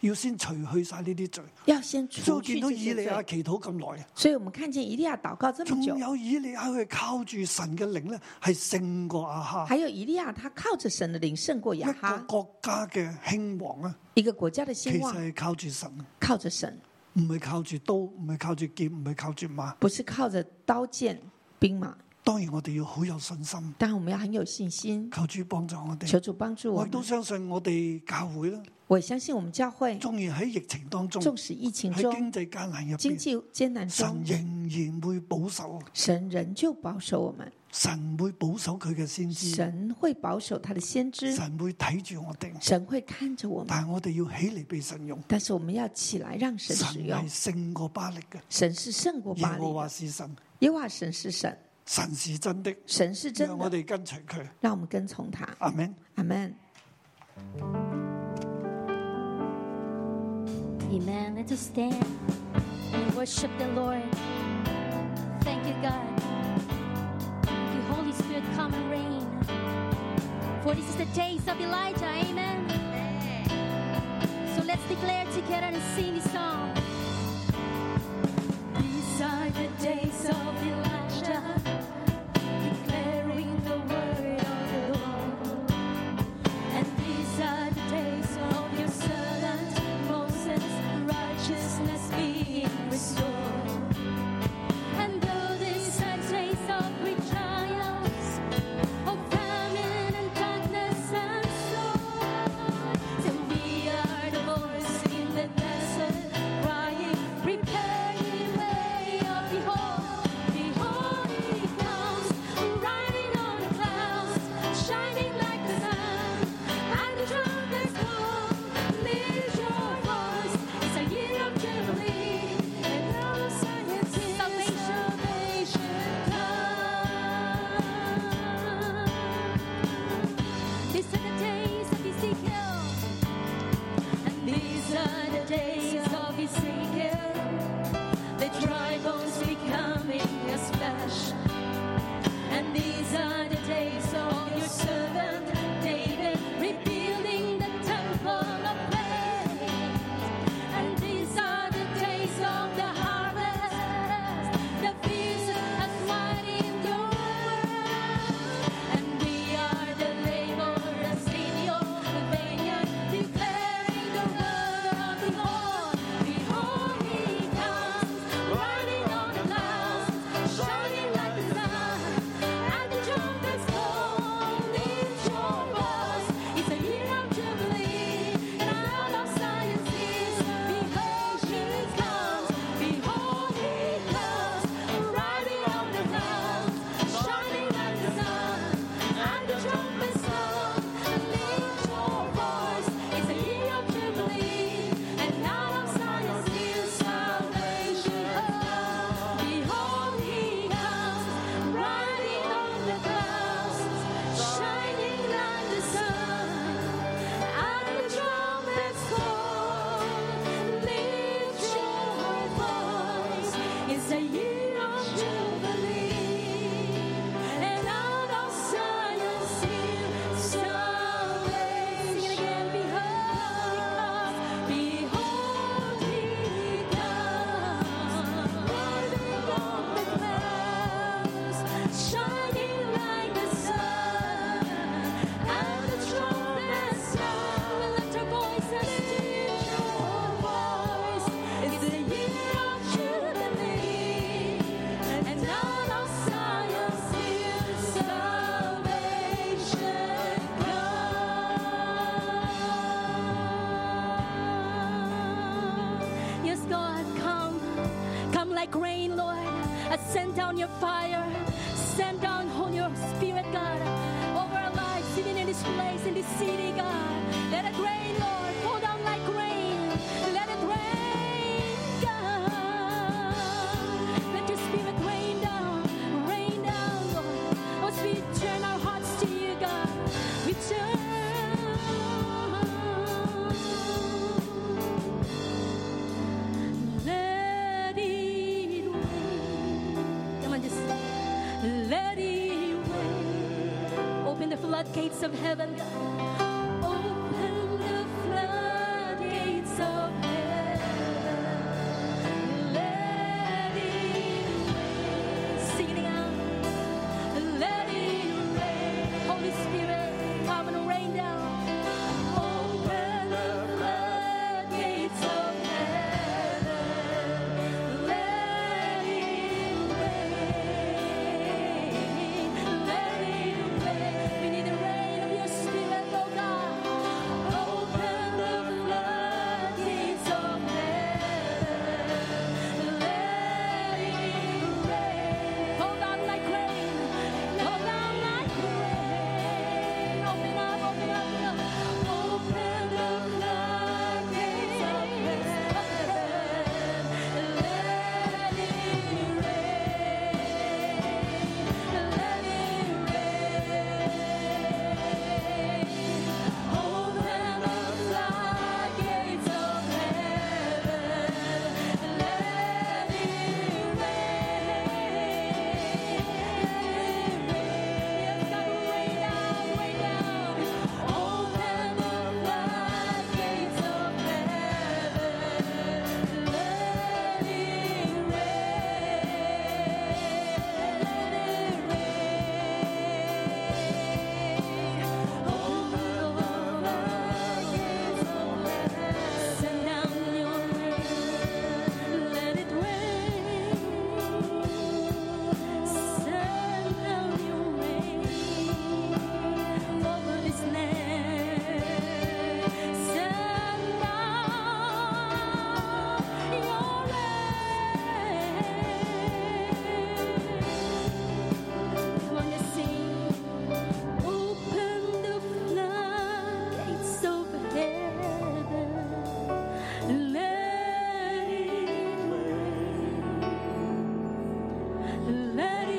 要先除去晒呢啲罪，要先所以除我見去到这以些利亞罪。祈禱咁耐啊。所以我们看见以利亚祷告这仲么久，有以利亞佢靠住神嘅靈咧，係勝過亞哈。还有以利亚他靠着神的灵胜过一雅個哈。國家嘅興旺咧，一个国家的其兴實旺係靠住神，啊靠着神，唔係靠住刀，唔係靠住劍，唔係靠住馬。不是靠着刀剑兵马。當然我哋要好有信心，当然我们要很有信心，求主幫助我求哋。主帮助我我亦们都。相信我哋教會啦，我相信我们教会，縱然喺疫情當中，纵使疫情喺中、經濟艱難入经邊，济艰难神中，仍然會保守，神仍旧保守我们，神會保守佢嘅先知，神会保守他的先知，神會睇住我哋。神会看着我们。但係我哋要起嚟被神用，但是我们要起来，让神神使用係。勝過巴力嘅。神是胜过耶巴力和華的，是神，耶和华神是神，神是真的，神是真讓我的，哋跟隨佢。让我们跟从他。阿明。阿门。 Amen. Let us stand and worship the Lord. Thank you, God. Thank you, Holy Spirit, come and reign. For this is the days of Elijah. Amen. So let's declare together and sing this song. These are the days of Elijah, declaring the word of the Lord. And these are the days of your servant Moses, righteousness being restored. And though these are days of great trials, of famine and darkness and sorrow, then we are the voice in the desert, crying. like rain, Lord. I send down your fire. Send down on your spirit, God, over our lives, even in this place, in this city, God. Let it rain, Lord. Fall down like rain. Let it rain, God. Let your spirit rain down. Rain down, Lord. Oh, sweet, turn our hearts to you, God. We turn. Let it rain. Come on, just let it rain. Open the floodgates of heaven. God. Open the floodgates of heaven. Let it rain. Sing it out. Let it rain. Holy Spirit, come and rain down. Open the floodgates of heaven. Let it rain. Let it rain. We need the rain of your spirit, oh God. Open the floodgates of heaven. Let it rain. Hold on like rain. Hold on like rain. Open up, open up, open up. Open the floodgates of heaven. Let it rain. Let it rain. Open the floodgates of heaven. Let it rain. Let it rain. Yes, God, rain down, rain down. Open the floodgates of heaven. Let it rain. Let it rain. Open the floodgates of heaven. Send down your rain. Let it rain. Send down your rain over this land. Send down your rain. Come on, let's sing. Open the floodgates of heaven. Let it rain. Let it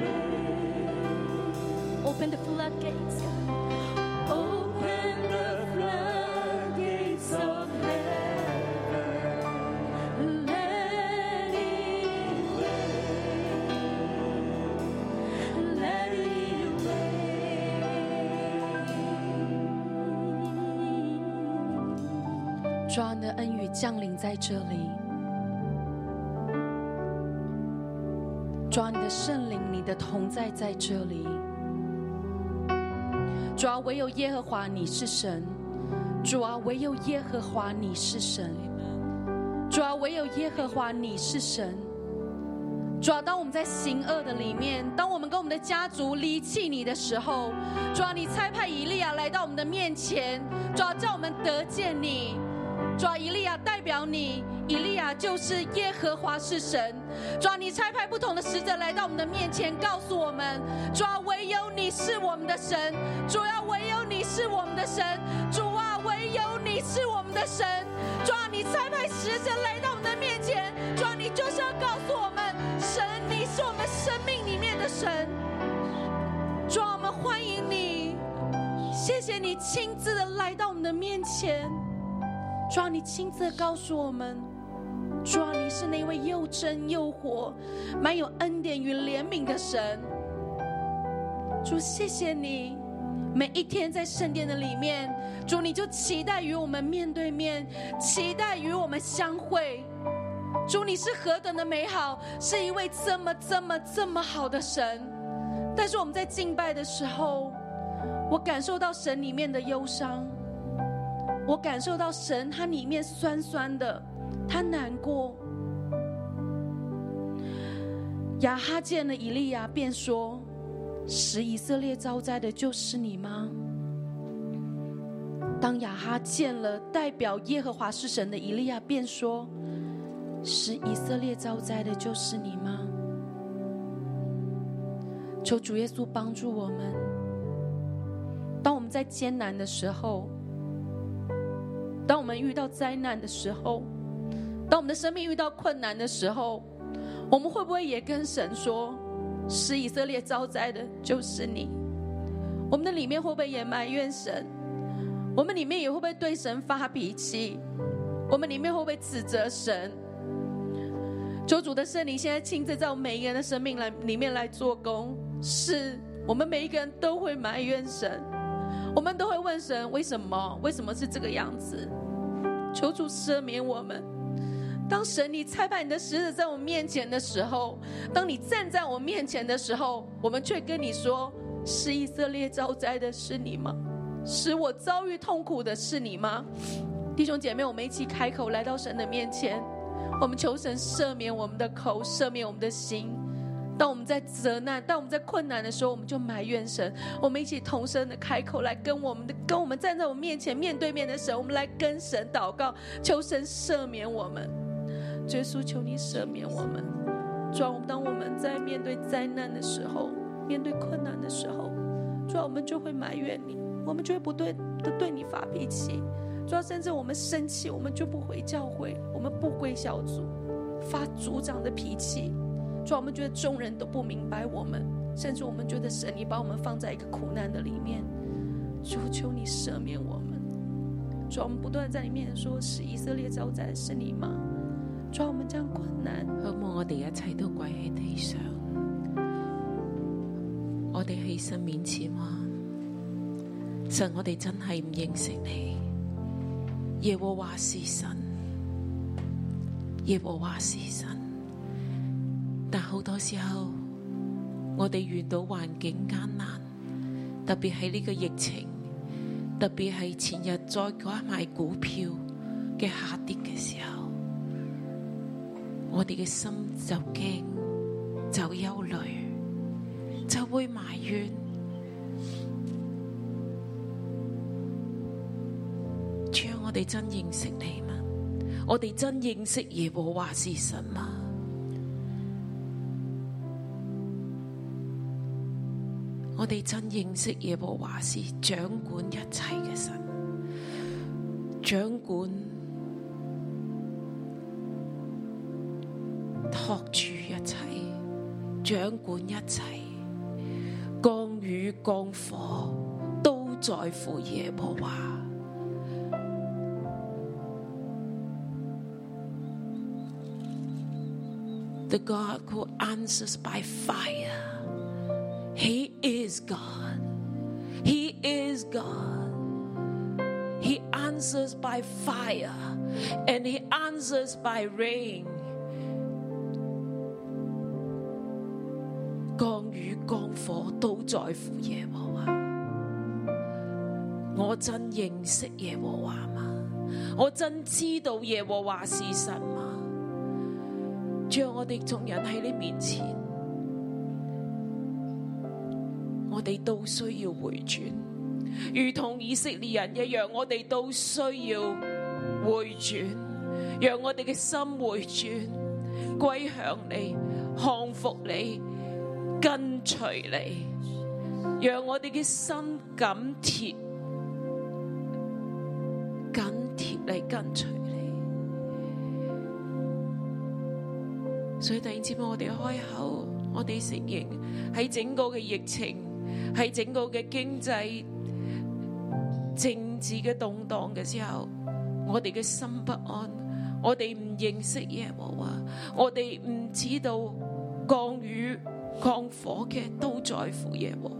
rain. Open the floodgates. God. Open the floodgates of heaven. Let it rain. Let it rain. 主啊，你的恩雨降临在这里。主啊，你的圣灵，你的同在在这里。主啊，唯有耶和华你是神。主啊，唯有耶和华你是神。主啊，唯有耶和华你是神。主啊，当我们在行恶的里面，当我们跟我们的家族离弃你的时候，主啊，你差派以利亚来到我们的面前，主啊，叫我们得见你。主啊，以利亚代表你，以利亚就是耶和华是神。主啊，你差派不同的使者来到我们的面前，告诉我们，主啊，唯有你是我们的神，主啊，唯有你是我们的神，主啊，唯有你是我们的神。主啊，你差派使者来到我们的面前，主啊，你就是要告诉我们，神，你是我们生命里面的神。主啊，我们欢迎你，谢谢你亲自的来到我们的面前。主啊，你亲自地告诉我们，主啊，你是那位又真又活、满有恩典与怜悯的神。主，谢谢你，每一天在圣殿的里面，主，你就期待与我们面对面，期待与我们相会。主，你是何等的美好，是一位这么这么这么好的神。但是我们在敬拜的时候，我感受到神里面的忧伤。我感受到神他里面酸酸的，他难过。亚哈见了以利亚，便说：“使以色列遭灾的就是你吗？”当亚哈见了代表耶和华是神的以利亚，便说：“使以色列遭灾的就是你吗？求主耶稣帮助我们。当我们在艰难的时候，当我们遇到灾难的时候，当我们的生命遇到困难的时候，我们会不会也跟神说，使以色列遭灾的就是你？我们的里面会不会也埋怨神？我们里面也会不会对神发脾气？我们里面会不会指责神？求主的圣灵现在亲自在我们每一个人的生命来里面来做工。是我们每一个人都会埋怨神，我们都会问神为什么？为什么是这个样子？求主赦免我们。当神你差派你的使者在我面前的时候，当你站在我面前的时候，我们却跟你说：是以色列遭灾的是你吗？使我遭遇痛苦的是你吗？弟兄姐妹，我们一起开口来到神的面前，我们求神赦免我们的口，赦免我们的心。当我们在责难、当我们在困难的时候，我们就埋怨神。我们一起同声的开口来跟我们的、跟我们站在我们面前面对面的神，我们来跟神祷告，求神赦免我们。主耶稣，求你赦免我们。主啊，我们当我们在面对灾难的时候，面对困难的时候，主啊，我们就会埋怨你，我们就会不对的对你发脾气。主要啊甚至我们生气，我们就不回教会，我们不归小组，发组长的脾气。主啊要我们觉得众人都不明白我们，甚至我们觉得神，你把我们放在一个苦难的里面，主求你赦免我们。主要我们不断地在你面前说，是以色列招灾是你吗？主要我们这样困难，好冇？我哋一切都跪喺地上，我哋喺神面前话：神，我哋真系唔认识你。耶和华是神，耶和华是神。但好多时候，我哋遇到环境艰难，特别喺呢个疫情，特别系前日再嗰一卖股票嘅下跌嘅时候。我哋嘅心就惊，就忧虑，就会埋怨。主啊，我哋真认识你吗？我哋真认识耶和华是神吗？我哋真认识耶和华是掌管一切嘅神，掌管托住一切，掌管一切，降雨降火都在乎耶和华。The God who answers by fire, He is God. He is God. He answers by fire and He answers by rain. 降雨降火都在乎耶和华。我真认识耶和华吗？我真知道耶和华是神吗？主啊，我哋众人喺你面前，我哋都需要回转，如同以色列人一样，我哋都需要回转，让我哋嘅心回转，归向你，降服你。跟随你，让我哋嘅心紧贴，紧贴你，跟随你。所以第二節目我哋開口，我哋承認喺整個嘅疫情，喺整個嘅經濟、政治嘅動盪嘅時候，我哋嘅心不安，我哋唔認識耶和華，我哋唔知道降雨降火嘅都在乎耶和華。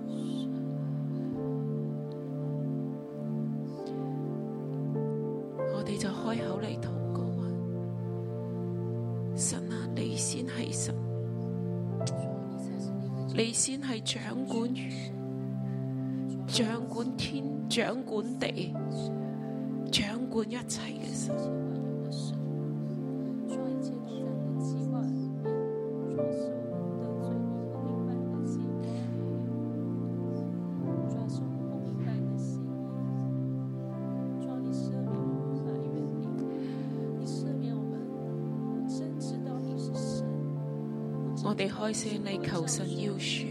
我哋就開口嚟禱告啊！神啊，你先係神，你先係掌管掌管天、掌管地、掌管一切嘅神。你赦免我们，你赦免我们，甚至我哋開聲嚟求神要恕。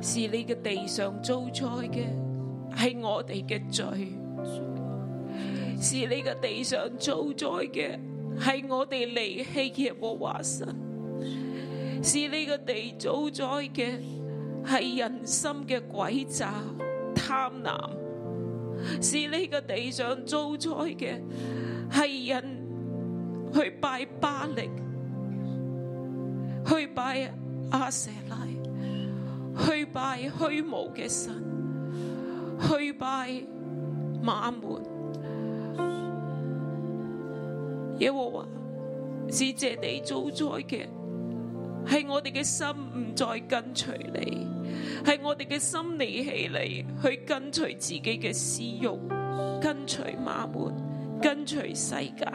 是你嘅地上遭災嘅，係我哋嘅罪；是你嘅地上遭災嘅，係我哋離棄耶和華神；是你嘅地遭災嘅，係人心嘅詭詐、貪婪；是你嘅地上遭災嘅，係人去拜巴力，去拜阿舍拉。去拜虛無嘅神，去拜馬門。耶和華是借地遭災嘅，係我哋嘅心唔再跟隨你，係我哋嘅心離棄你，去跟隨自己嘅私欲，跟隨馬門，跟隨世界，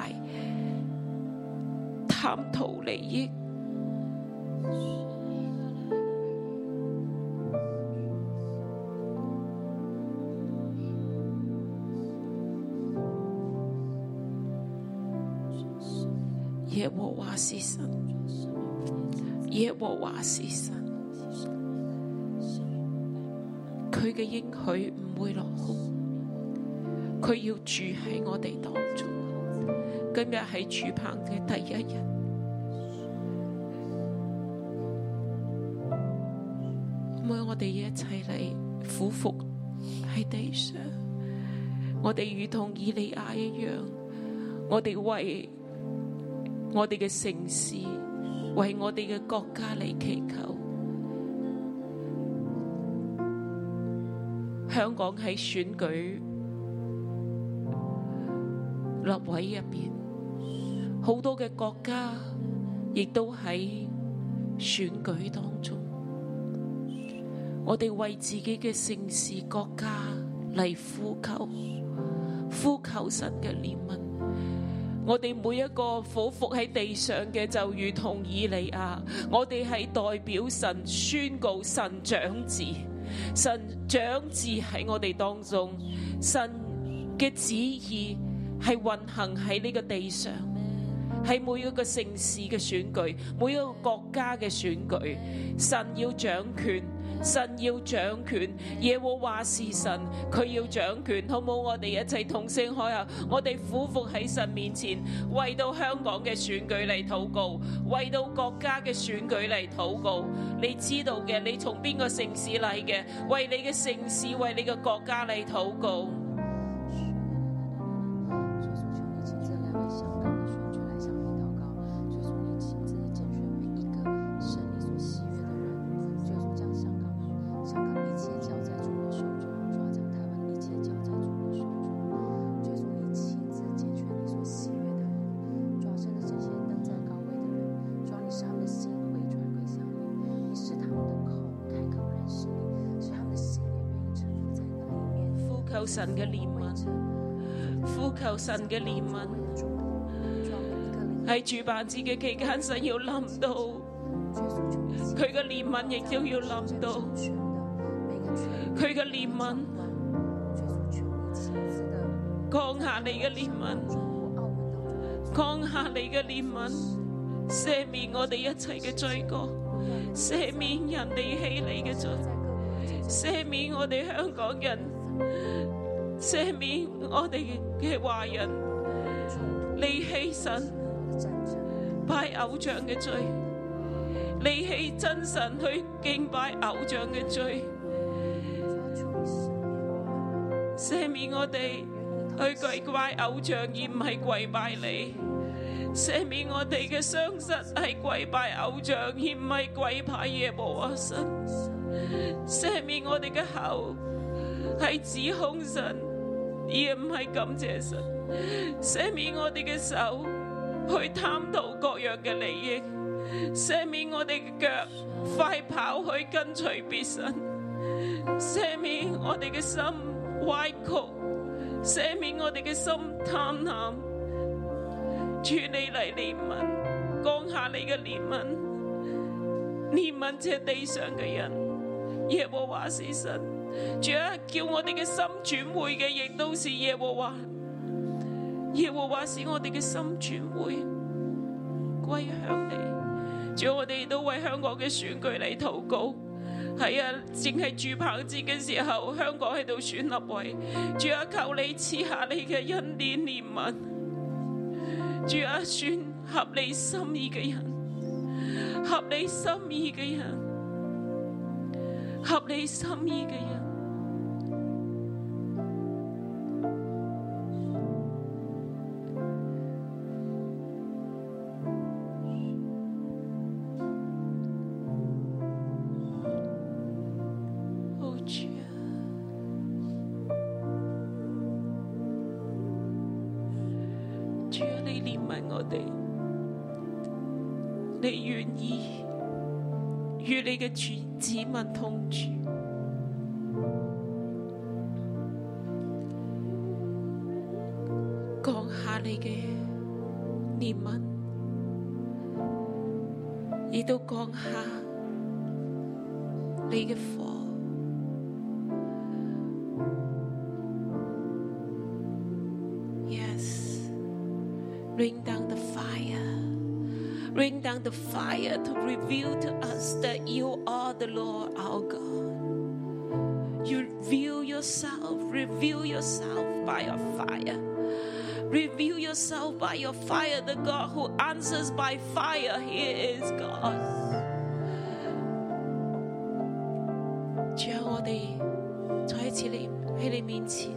貪圖利益。耶和華是神，耶和華是神，佢嘅應許唔會落空，佢要住喺我哋當中。今日係住棚嘅第一日，可唔可以我哋一齊嚟俯伏喺地上？我哋如同以利亞一樣，我哋為我哋嘅城市，為我哋嘅國家嚟祈求。香港喺選舉立委入邊，好多嘅國家亦都喺選舉當中。我哋為自己嘅城市、國家嚟呼求，呼求神嘅憐憫。我哋每一個俯伏喺地上嘅，就如同以利亞，我哋係代表神宣告神長治，神長治喺我哋當中，神嘅旨意係運行喺呢個地上，喺每一個城市嘅選舉，每一個國家嘅選舉，神要掌權。神要掌權，耶和華是神，佢要掌權，好唔好？我哋一齊同聲開口，我哋俯伏喺神面前，為到香港嘅選舉嚟禱告，為到國家嘅選舉嚟禱告。你知道嘅，你從邊個城市嚟嘅，為你嘅城市，為你嘅國家嚟禱告。呼求神嘅憐憫，呼求神嘅憐憫。喺主辦節嘅期間，神要臨到，佢嘅憐憫亦都要臨到，佢嘅憐憫降下你嘅憐憫，降下你嘅憐憫，赦免我哋一切嘅罪過，赦免人哋欺你嘅罪，赦免我哋香港人。赦免我哋嘅華人離棄神拜偶像嘅罪，離棄真神去敬拜偶像嘅罪，赦免我哋去跪拜偶像而唔係跪拜你，赦免我哋嘅傷失係跪拜偶像而唔係跪拜耶和華神，赦免我哋嘅口。係指控神，而唔係感謝神。赦免我哋嘅手去貪圖各樣嘅利益，赦免我哋嘅腳快跑去跟隨別神，赦免我哋嘅心歪曲，赦免我哋嘅心貪婪。主你嚟憐憫，降下你嘅憐憫，憐憫這地上嘅人，耶和華是神。主啊，叫我哋嘅心轉回嘅，亦都是耶和華。耶和華使我哋嘅心轉回歸向你。主，我哋都為香港嘅選舉嚟禱告。係啊，正係住棚節嘅時候，香港喺度選立委。主啊，求你賜下你嘅恩典憐憫。主啊，選合你心意嘅人，合你心意嘅人，合你心意嘅人。哦，主啊！主啊，你怜悯我哋，你愿意与你嘅主子民同住。降下你嘅怜悯，亦都降下你嘅火。Yes. Rain down the fire. Rain down the fire to reveal to us that you are the Lord our God. You reveal yourself, reveal yourself by your fire. Reveal yourself by your fire. The God who answers by fire, He is God. 主啊，我哋再一次你喺你面前。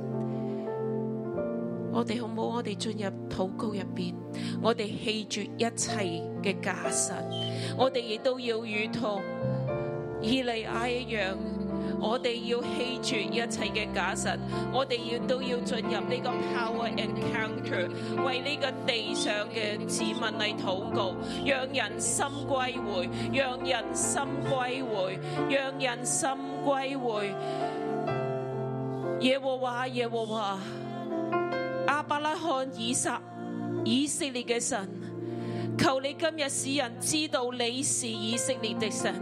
我哋好唔好？我哋進入禱告入邊，我哋棄絕一切嘅假神，我哋亦都要如同以利亞一樣，我哋要棄絕一切嘅假神，我哋要都要進入呢個 power encounter，為呢個地上嘅子民嚟禱告，讓人心歸回，讓人心歸回，讓人心歸回。耶和華，耶和華。阿伯拉罕、以撒、以色列嘅神，求你今日使人知道你是以色列的神。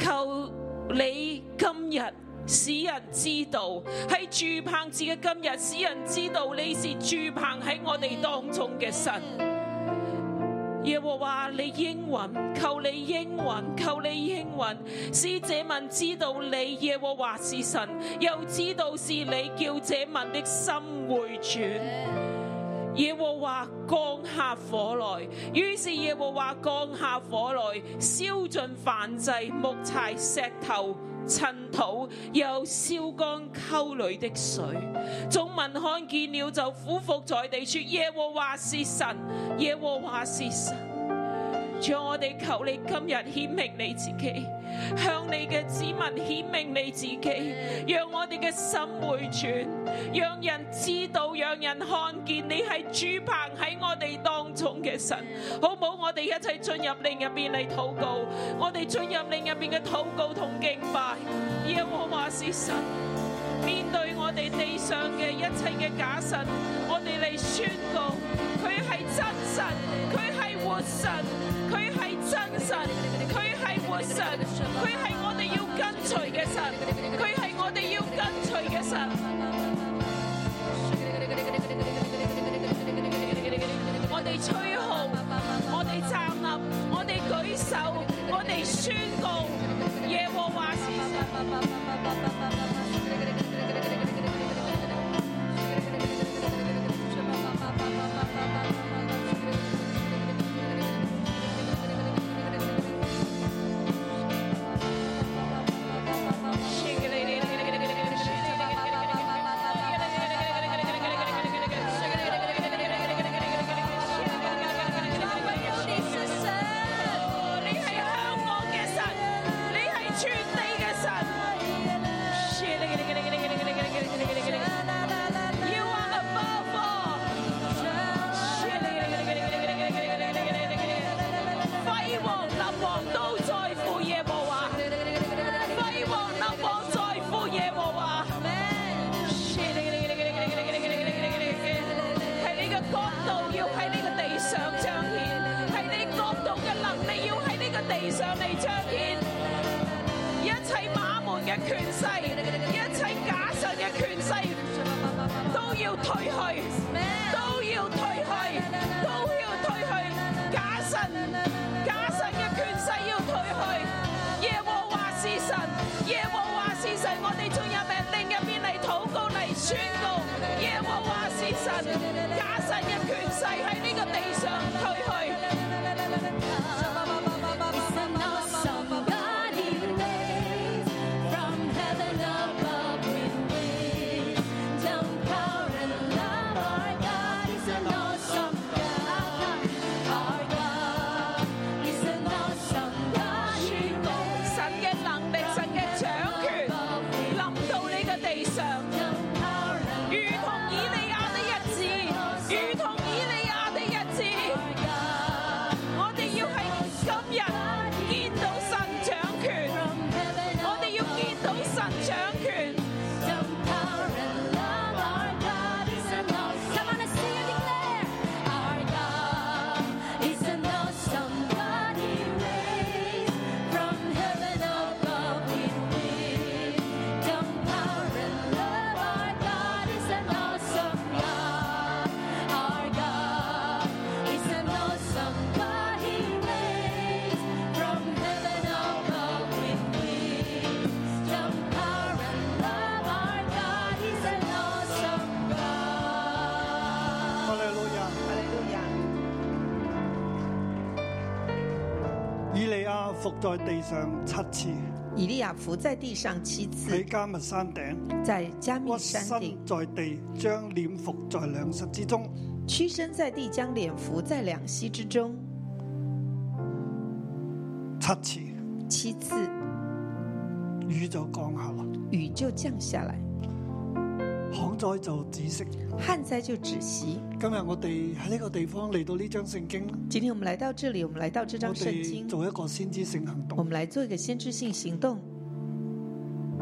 求你今日使人知道喺住棚節嘅今日，使人知道你是住棚喺我哋當中嘅神。耶和華，你應允，求你應允，求你應允，使這民知道你耶和華是神，又知道是你叫這民的心回轉。耶和華降下火來，於是耶和華降下火來，燒盡燔祭、木柴、石頭、塵土，又燒乾溝裏的水。眾民看見了，就俯伏在地，說：耶和華是神，耶和華是神。主啊，我哋求你今日顯明你自己，向你嘅子民顯明你自己，讓我哋嘅心回轉，讓人知道，讓人看見你係主棚喺我哋當中嘅神，好唔好？我哋一齊進入靈入邊嚟禱告，我哋進入靈入邊嘅禱告同敬拜，耶和華是神。面對我哋地上嘅一切嘅假神，我哋嚟宣告，佢係真神，佢係活神，佢係真神，佢係活神，佢係我哋要跟隨嘅神，佢係我哋要跟隨嘅神。我哋吹號，我哋站立，我哋舉手，我哋宣告耶和華是神。你係香港嘅神，你係全地嘅神。You are above all. Thank 輝煌立王都在乎耶和華，輝煌立王在乎耶和華。係你嘅國度要喺呢個地上彰顯，係你國度嘅能力要喺呢個地上嚟彰顯。一切馬門嘅權勢，一切假神嘅權勢，都要退去，都要伏在地上七次，以利亚伏在地上七次喺，加密山頂在加密屈山顶身在地，將臉伏在兩膝之中。屈身在地，将脸伏在两膝之中七次七次，雨就降下啦，雨就降下来，旱災就止息。旱灾就止息。今日我哋喺呢個地方嚟到呢張聖經，今天我们来到这里，我们来到这张我圣经哋，做一個先知性行我動。们来做一个先知性行动。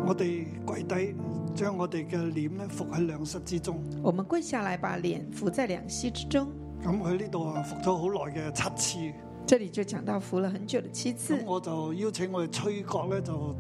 我哋跪低，將我哋嘅臉咧伏喺兩膝之中。我们跪下来，把脸伏在两膝之中。咁佢呢度啊伏咗好耐嘅七次。这里就讲到伏了很久的七次咁，我就邀請我哋吹角咧，就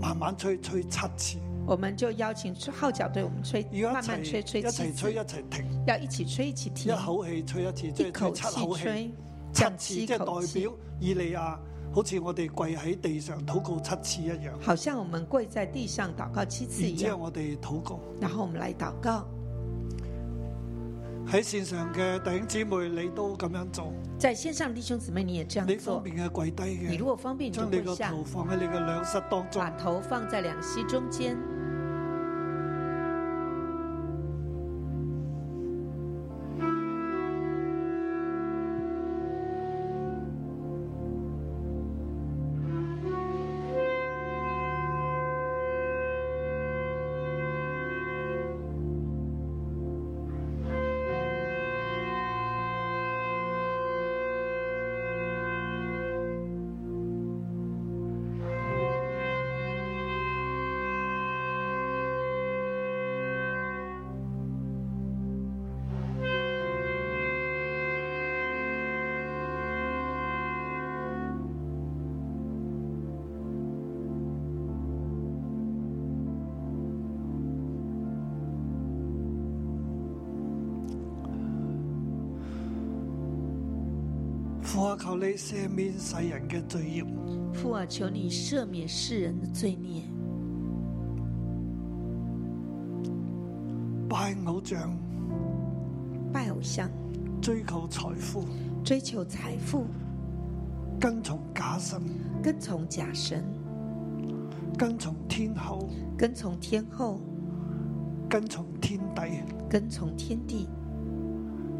慢慢吹吹七次，我们就邀请号角队，我们吹，要一慢慢吹，齊吹一七齊吹一次，齊停，要一起吹，一起一停，口氣吹一次，即一係吹口七气口氣吹，七讲次，七即係口代气表，以利亞好似我哋跪喺地上禱告七次一樣。好像我们跪在地上祷告七次然一之後样。我哋禱告然后我们来祷告，喺線上嘅弟兄姊妹，你都咁樣做，在线上弟兄姊妹你也這你樣方做。便嘅跪低你嘅，如果方便，你就將你跪個下，頭放喺你嘅兩膝當中把。头放在两膝中间。父啊，求你赦免世人嘅罪孽，父啊，求你赦免世人的罪孽，拜偶像，拜偶像，追求財富，追求财富，跟從假神，跟从假神，跟從天后。跟从天后，跟從天地跟从天地，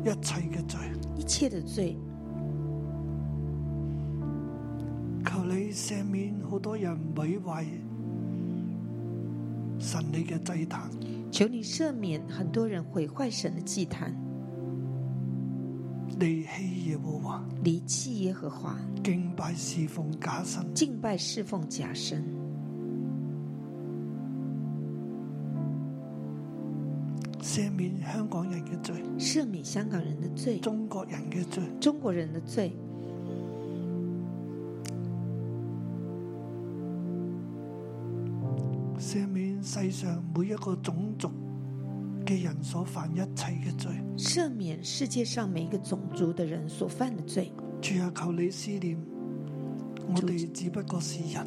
一切嘅罪，一切的罪。求你赦免好多人毀壞神你嘅祭壇，求你赦免很多人毁坏神的祭坛，離棄耶和華，离弃耶和华，敬拜侍奉假神。敬拜侍奉假神。赦免香港人嘅罪、赦免香港人的罪，中國人嘅罪、中国人的罪，赦免世上每一個種族嘅人所犯一切嘅罪。赦免世界上每一个种族的人所犯的罪。主啊，求你思念我哋，只不過是人，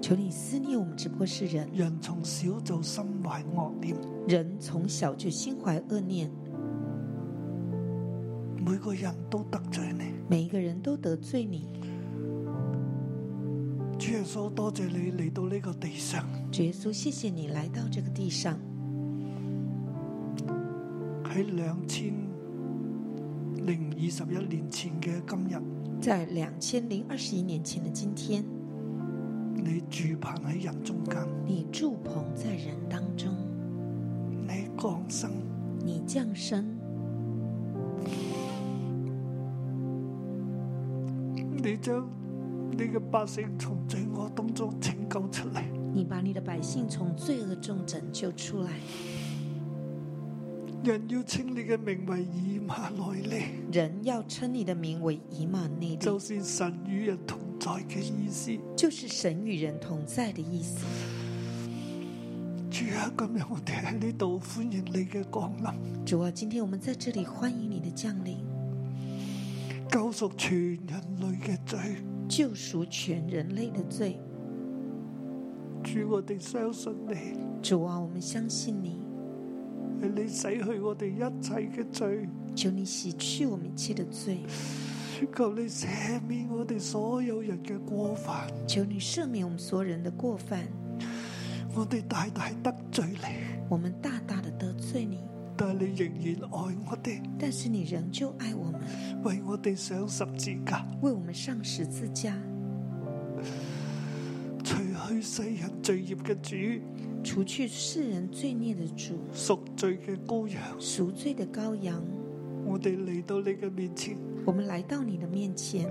求你思念我们，只不过是人，人從小就心懷惡念，人从小就心怀恶念，每個人都得罪你。每一个人都得罪你。主耶穌，多謝你嚟到呢個地上，主耶稣，谢谢你来到这个地上，喺兩千零二十一年前嘅今日，在两千零二十一年前的今天，你住棚喺人中間，你住棚在人当中，你降生，你降生，你將你嘅百姓從罪惡當中拯救出嚟。你把你的百姓从罪恶中拯救出来。人要稱你嘅名為以馬內利，人要称你的名为以马内利，就是神與人同在嘅意思。就是神与人同在的意思。主啊，今日我哋喺呢度歡迎你嘅降臨，主啊，今天我们在这里欢迎你的降临，救贖全人類嘅罪。救赎全人类的罪。主，我哋相信你。主啊，我们相信你，你洗去我哋一切嘅罪，求你洗去我们一切的罪，求你赦免我哋所有人嘅過犯，求你赦免我们所有人的过犯，我哋大大得罪你，我们大大的得罪你，但係你仍然愛我哋，但是你仍旧爱我们，為我哋上十字架，为我们上十字架，除去世人罪孽嘅主，除去世人罪孽的主，贖罪嘅羔羊，赎罪的羔羊。我哋嚟到你嘅面前，我们来到你的面前，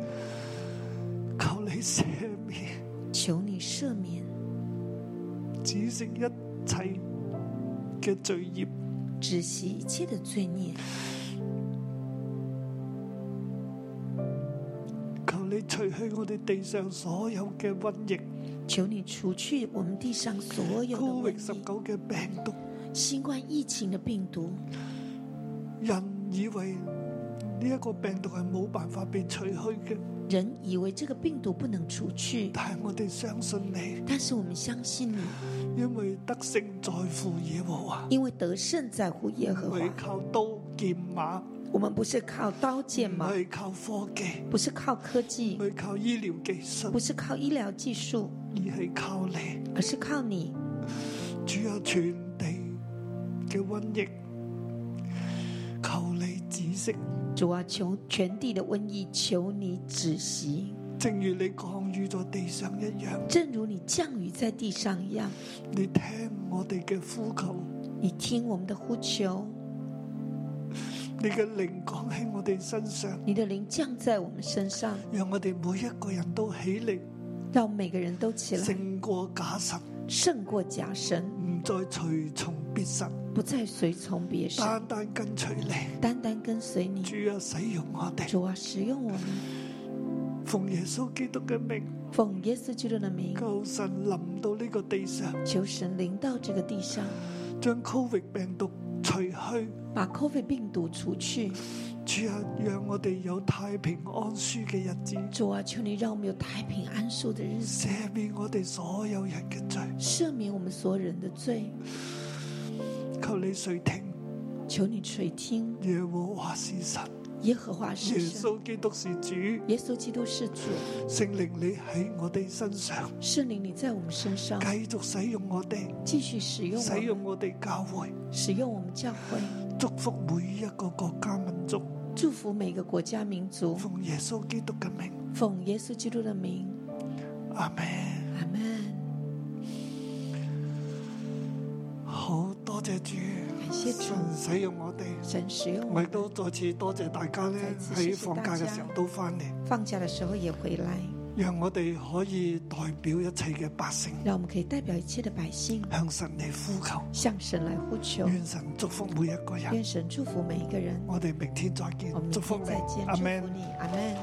求你赦免，求你赦免，指剩一切嘅罪孽，止息一切的罪孽，求你除去我哋地上所有嘅瘟疫、求你除去我们地上所有的高瘟域十疫、九嘅病毒。新冠疫情的病毒。人以為呢一個病毒係冇辦法被除去嘅，人以为这个病毒不能除去，但係我哋相信你，但是我们相信你，因為得勝在乎耶和華，因为得胜在乎耶和唔係华。靠刀劍馬，我们不是靠刀剑唔吗？係靠科技，不是靠科唔技，係靠醫療技術不，是靠医疗技术，而係靠你，而是靠你，主啊，全地嘅瘟疫，求你止息，主啊，求全地的瘟疫，求你止息，正如你降雨在地上一樣，正如你降雨在地上一样。你聽我哋嘅呼求，你听我们的呼求，你嘅靈降喺我哋身上，你的灵降在我们身上，讓我哋每一個人都起嚟。让每个人都起来，胜过假神，胜过假神，唔再随从别神，不再随从别神，单单跟随你。单单跟随你。主啊，使用我哋，主啊，使用我们，奉耶稣基督嘅名，奉耶稣基督的名，求神临到呢个地上，求神临到这个地上，将 Covid 病毒除去。把 COVID 病毒除去。主啊，让我哋有太平安舒嘅日子，主啊，求你让我们有太平安舒的日子，赦免我哋所有人嘅罪。赦免我们所有人的罪。求你垂听，求你垂听，耶和华是神，耶和华耶是神，稣基督是主，耶稣基督是主，圣灵你喺我哋身上，圣灵你在我们身上继续使用我哋，继续使用使我用们，我哋教会。使用我们教会，祝福每一個國家民族，祝福每个国家民族，奉耶穌基督嘅名，奉耶稣基督的名，阿門。阿门。好多謝主，感謝主神使用我哋，神使用我我亦们，都再次多謝大家咧再次謝喺謝放假大嘅家時候都翻嚟，放假的时候也回来，讓我哋可以代表一切嘅百姓让我们可以代表一切的百姓向神嚟呼求，向神来呼求。願神祝福每一個人愿。神祝福每一个人。我哋明天再見我们，明祝福天你再见，，阿祝福門。你，阿门。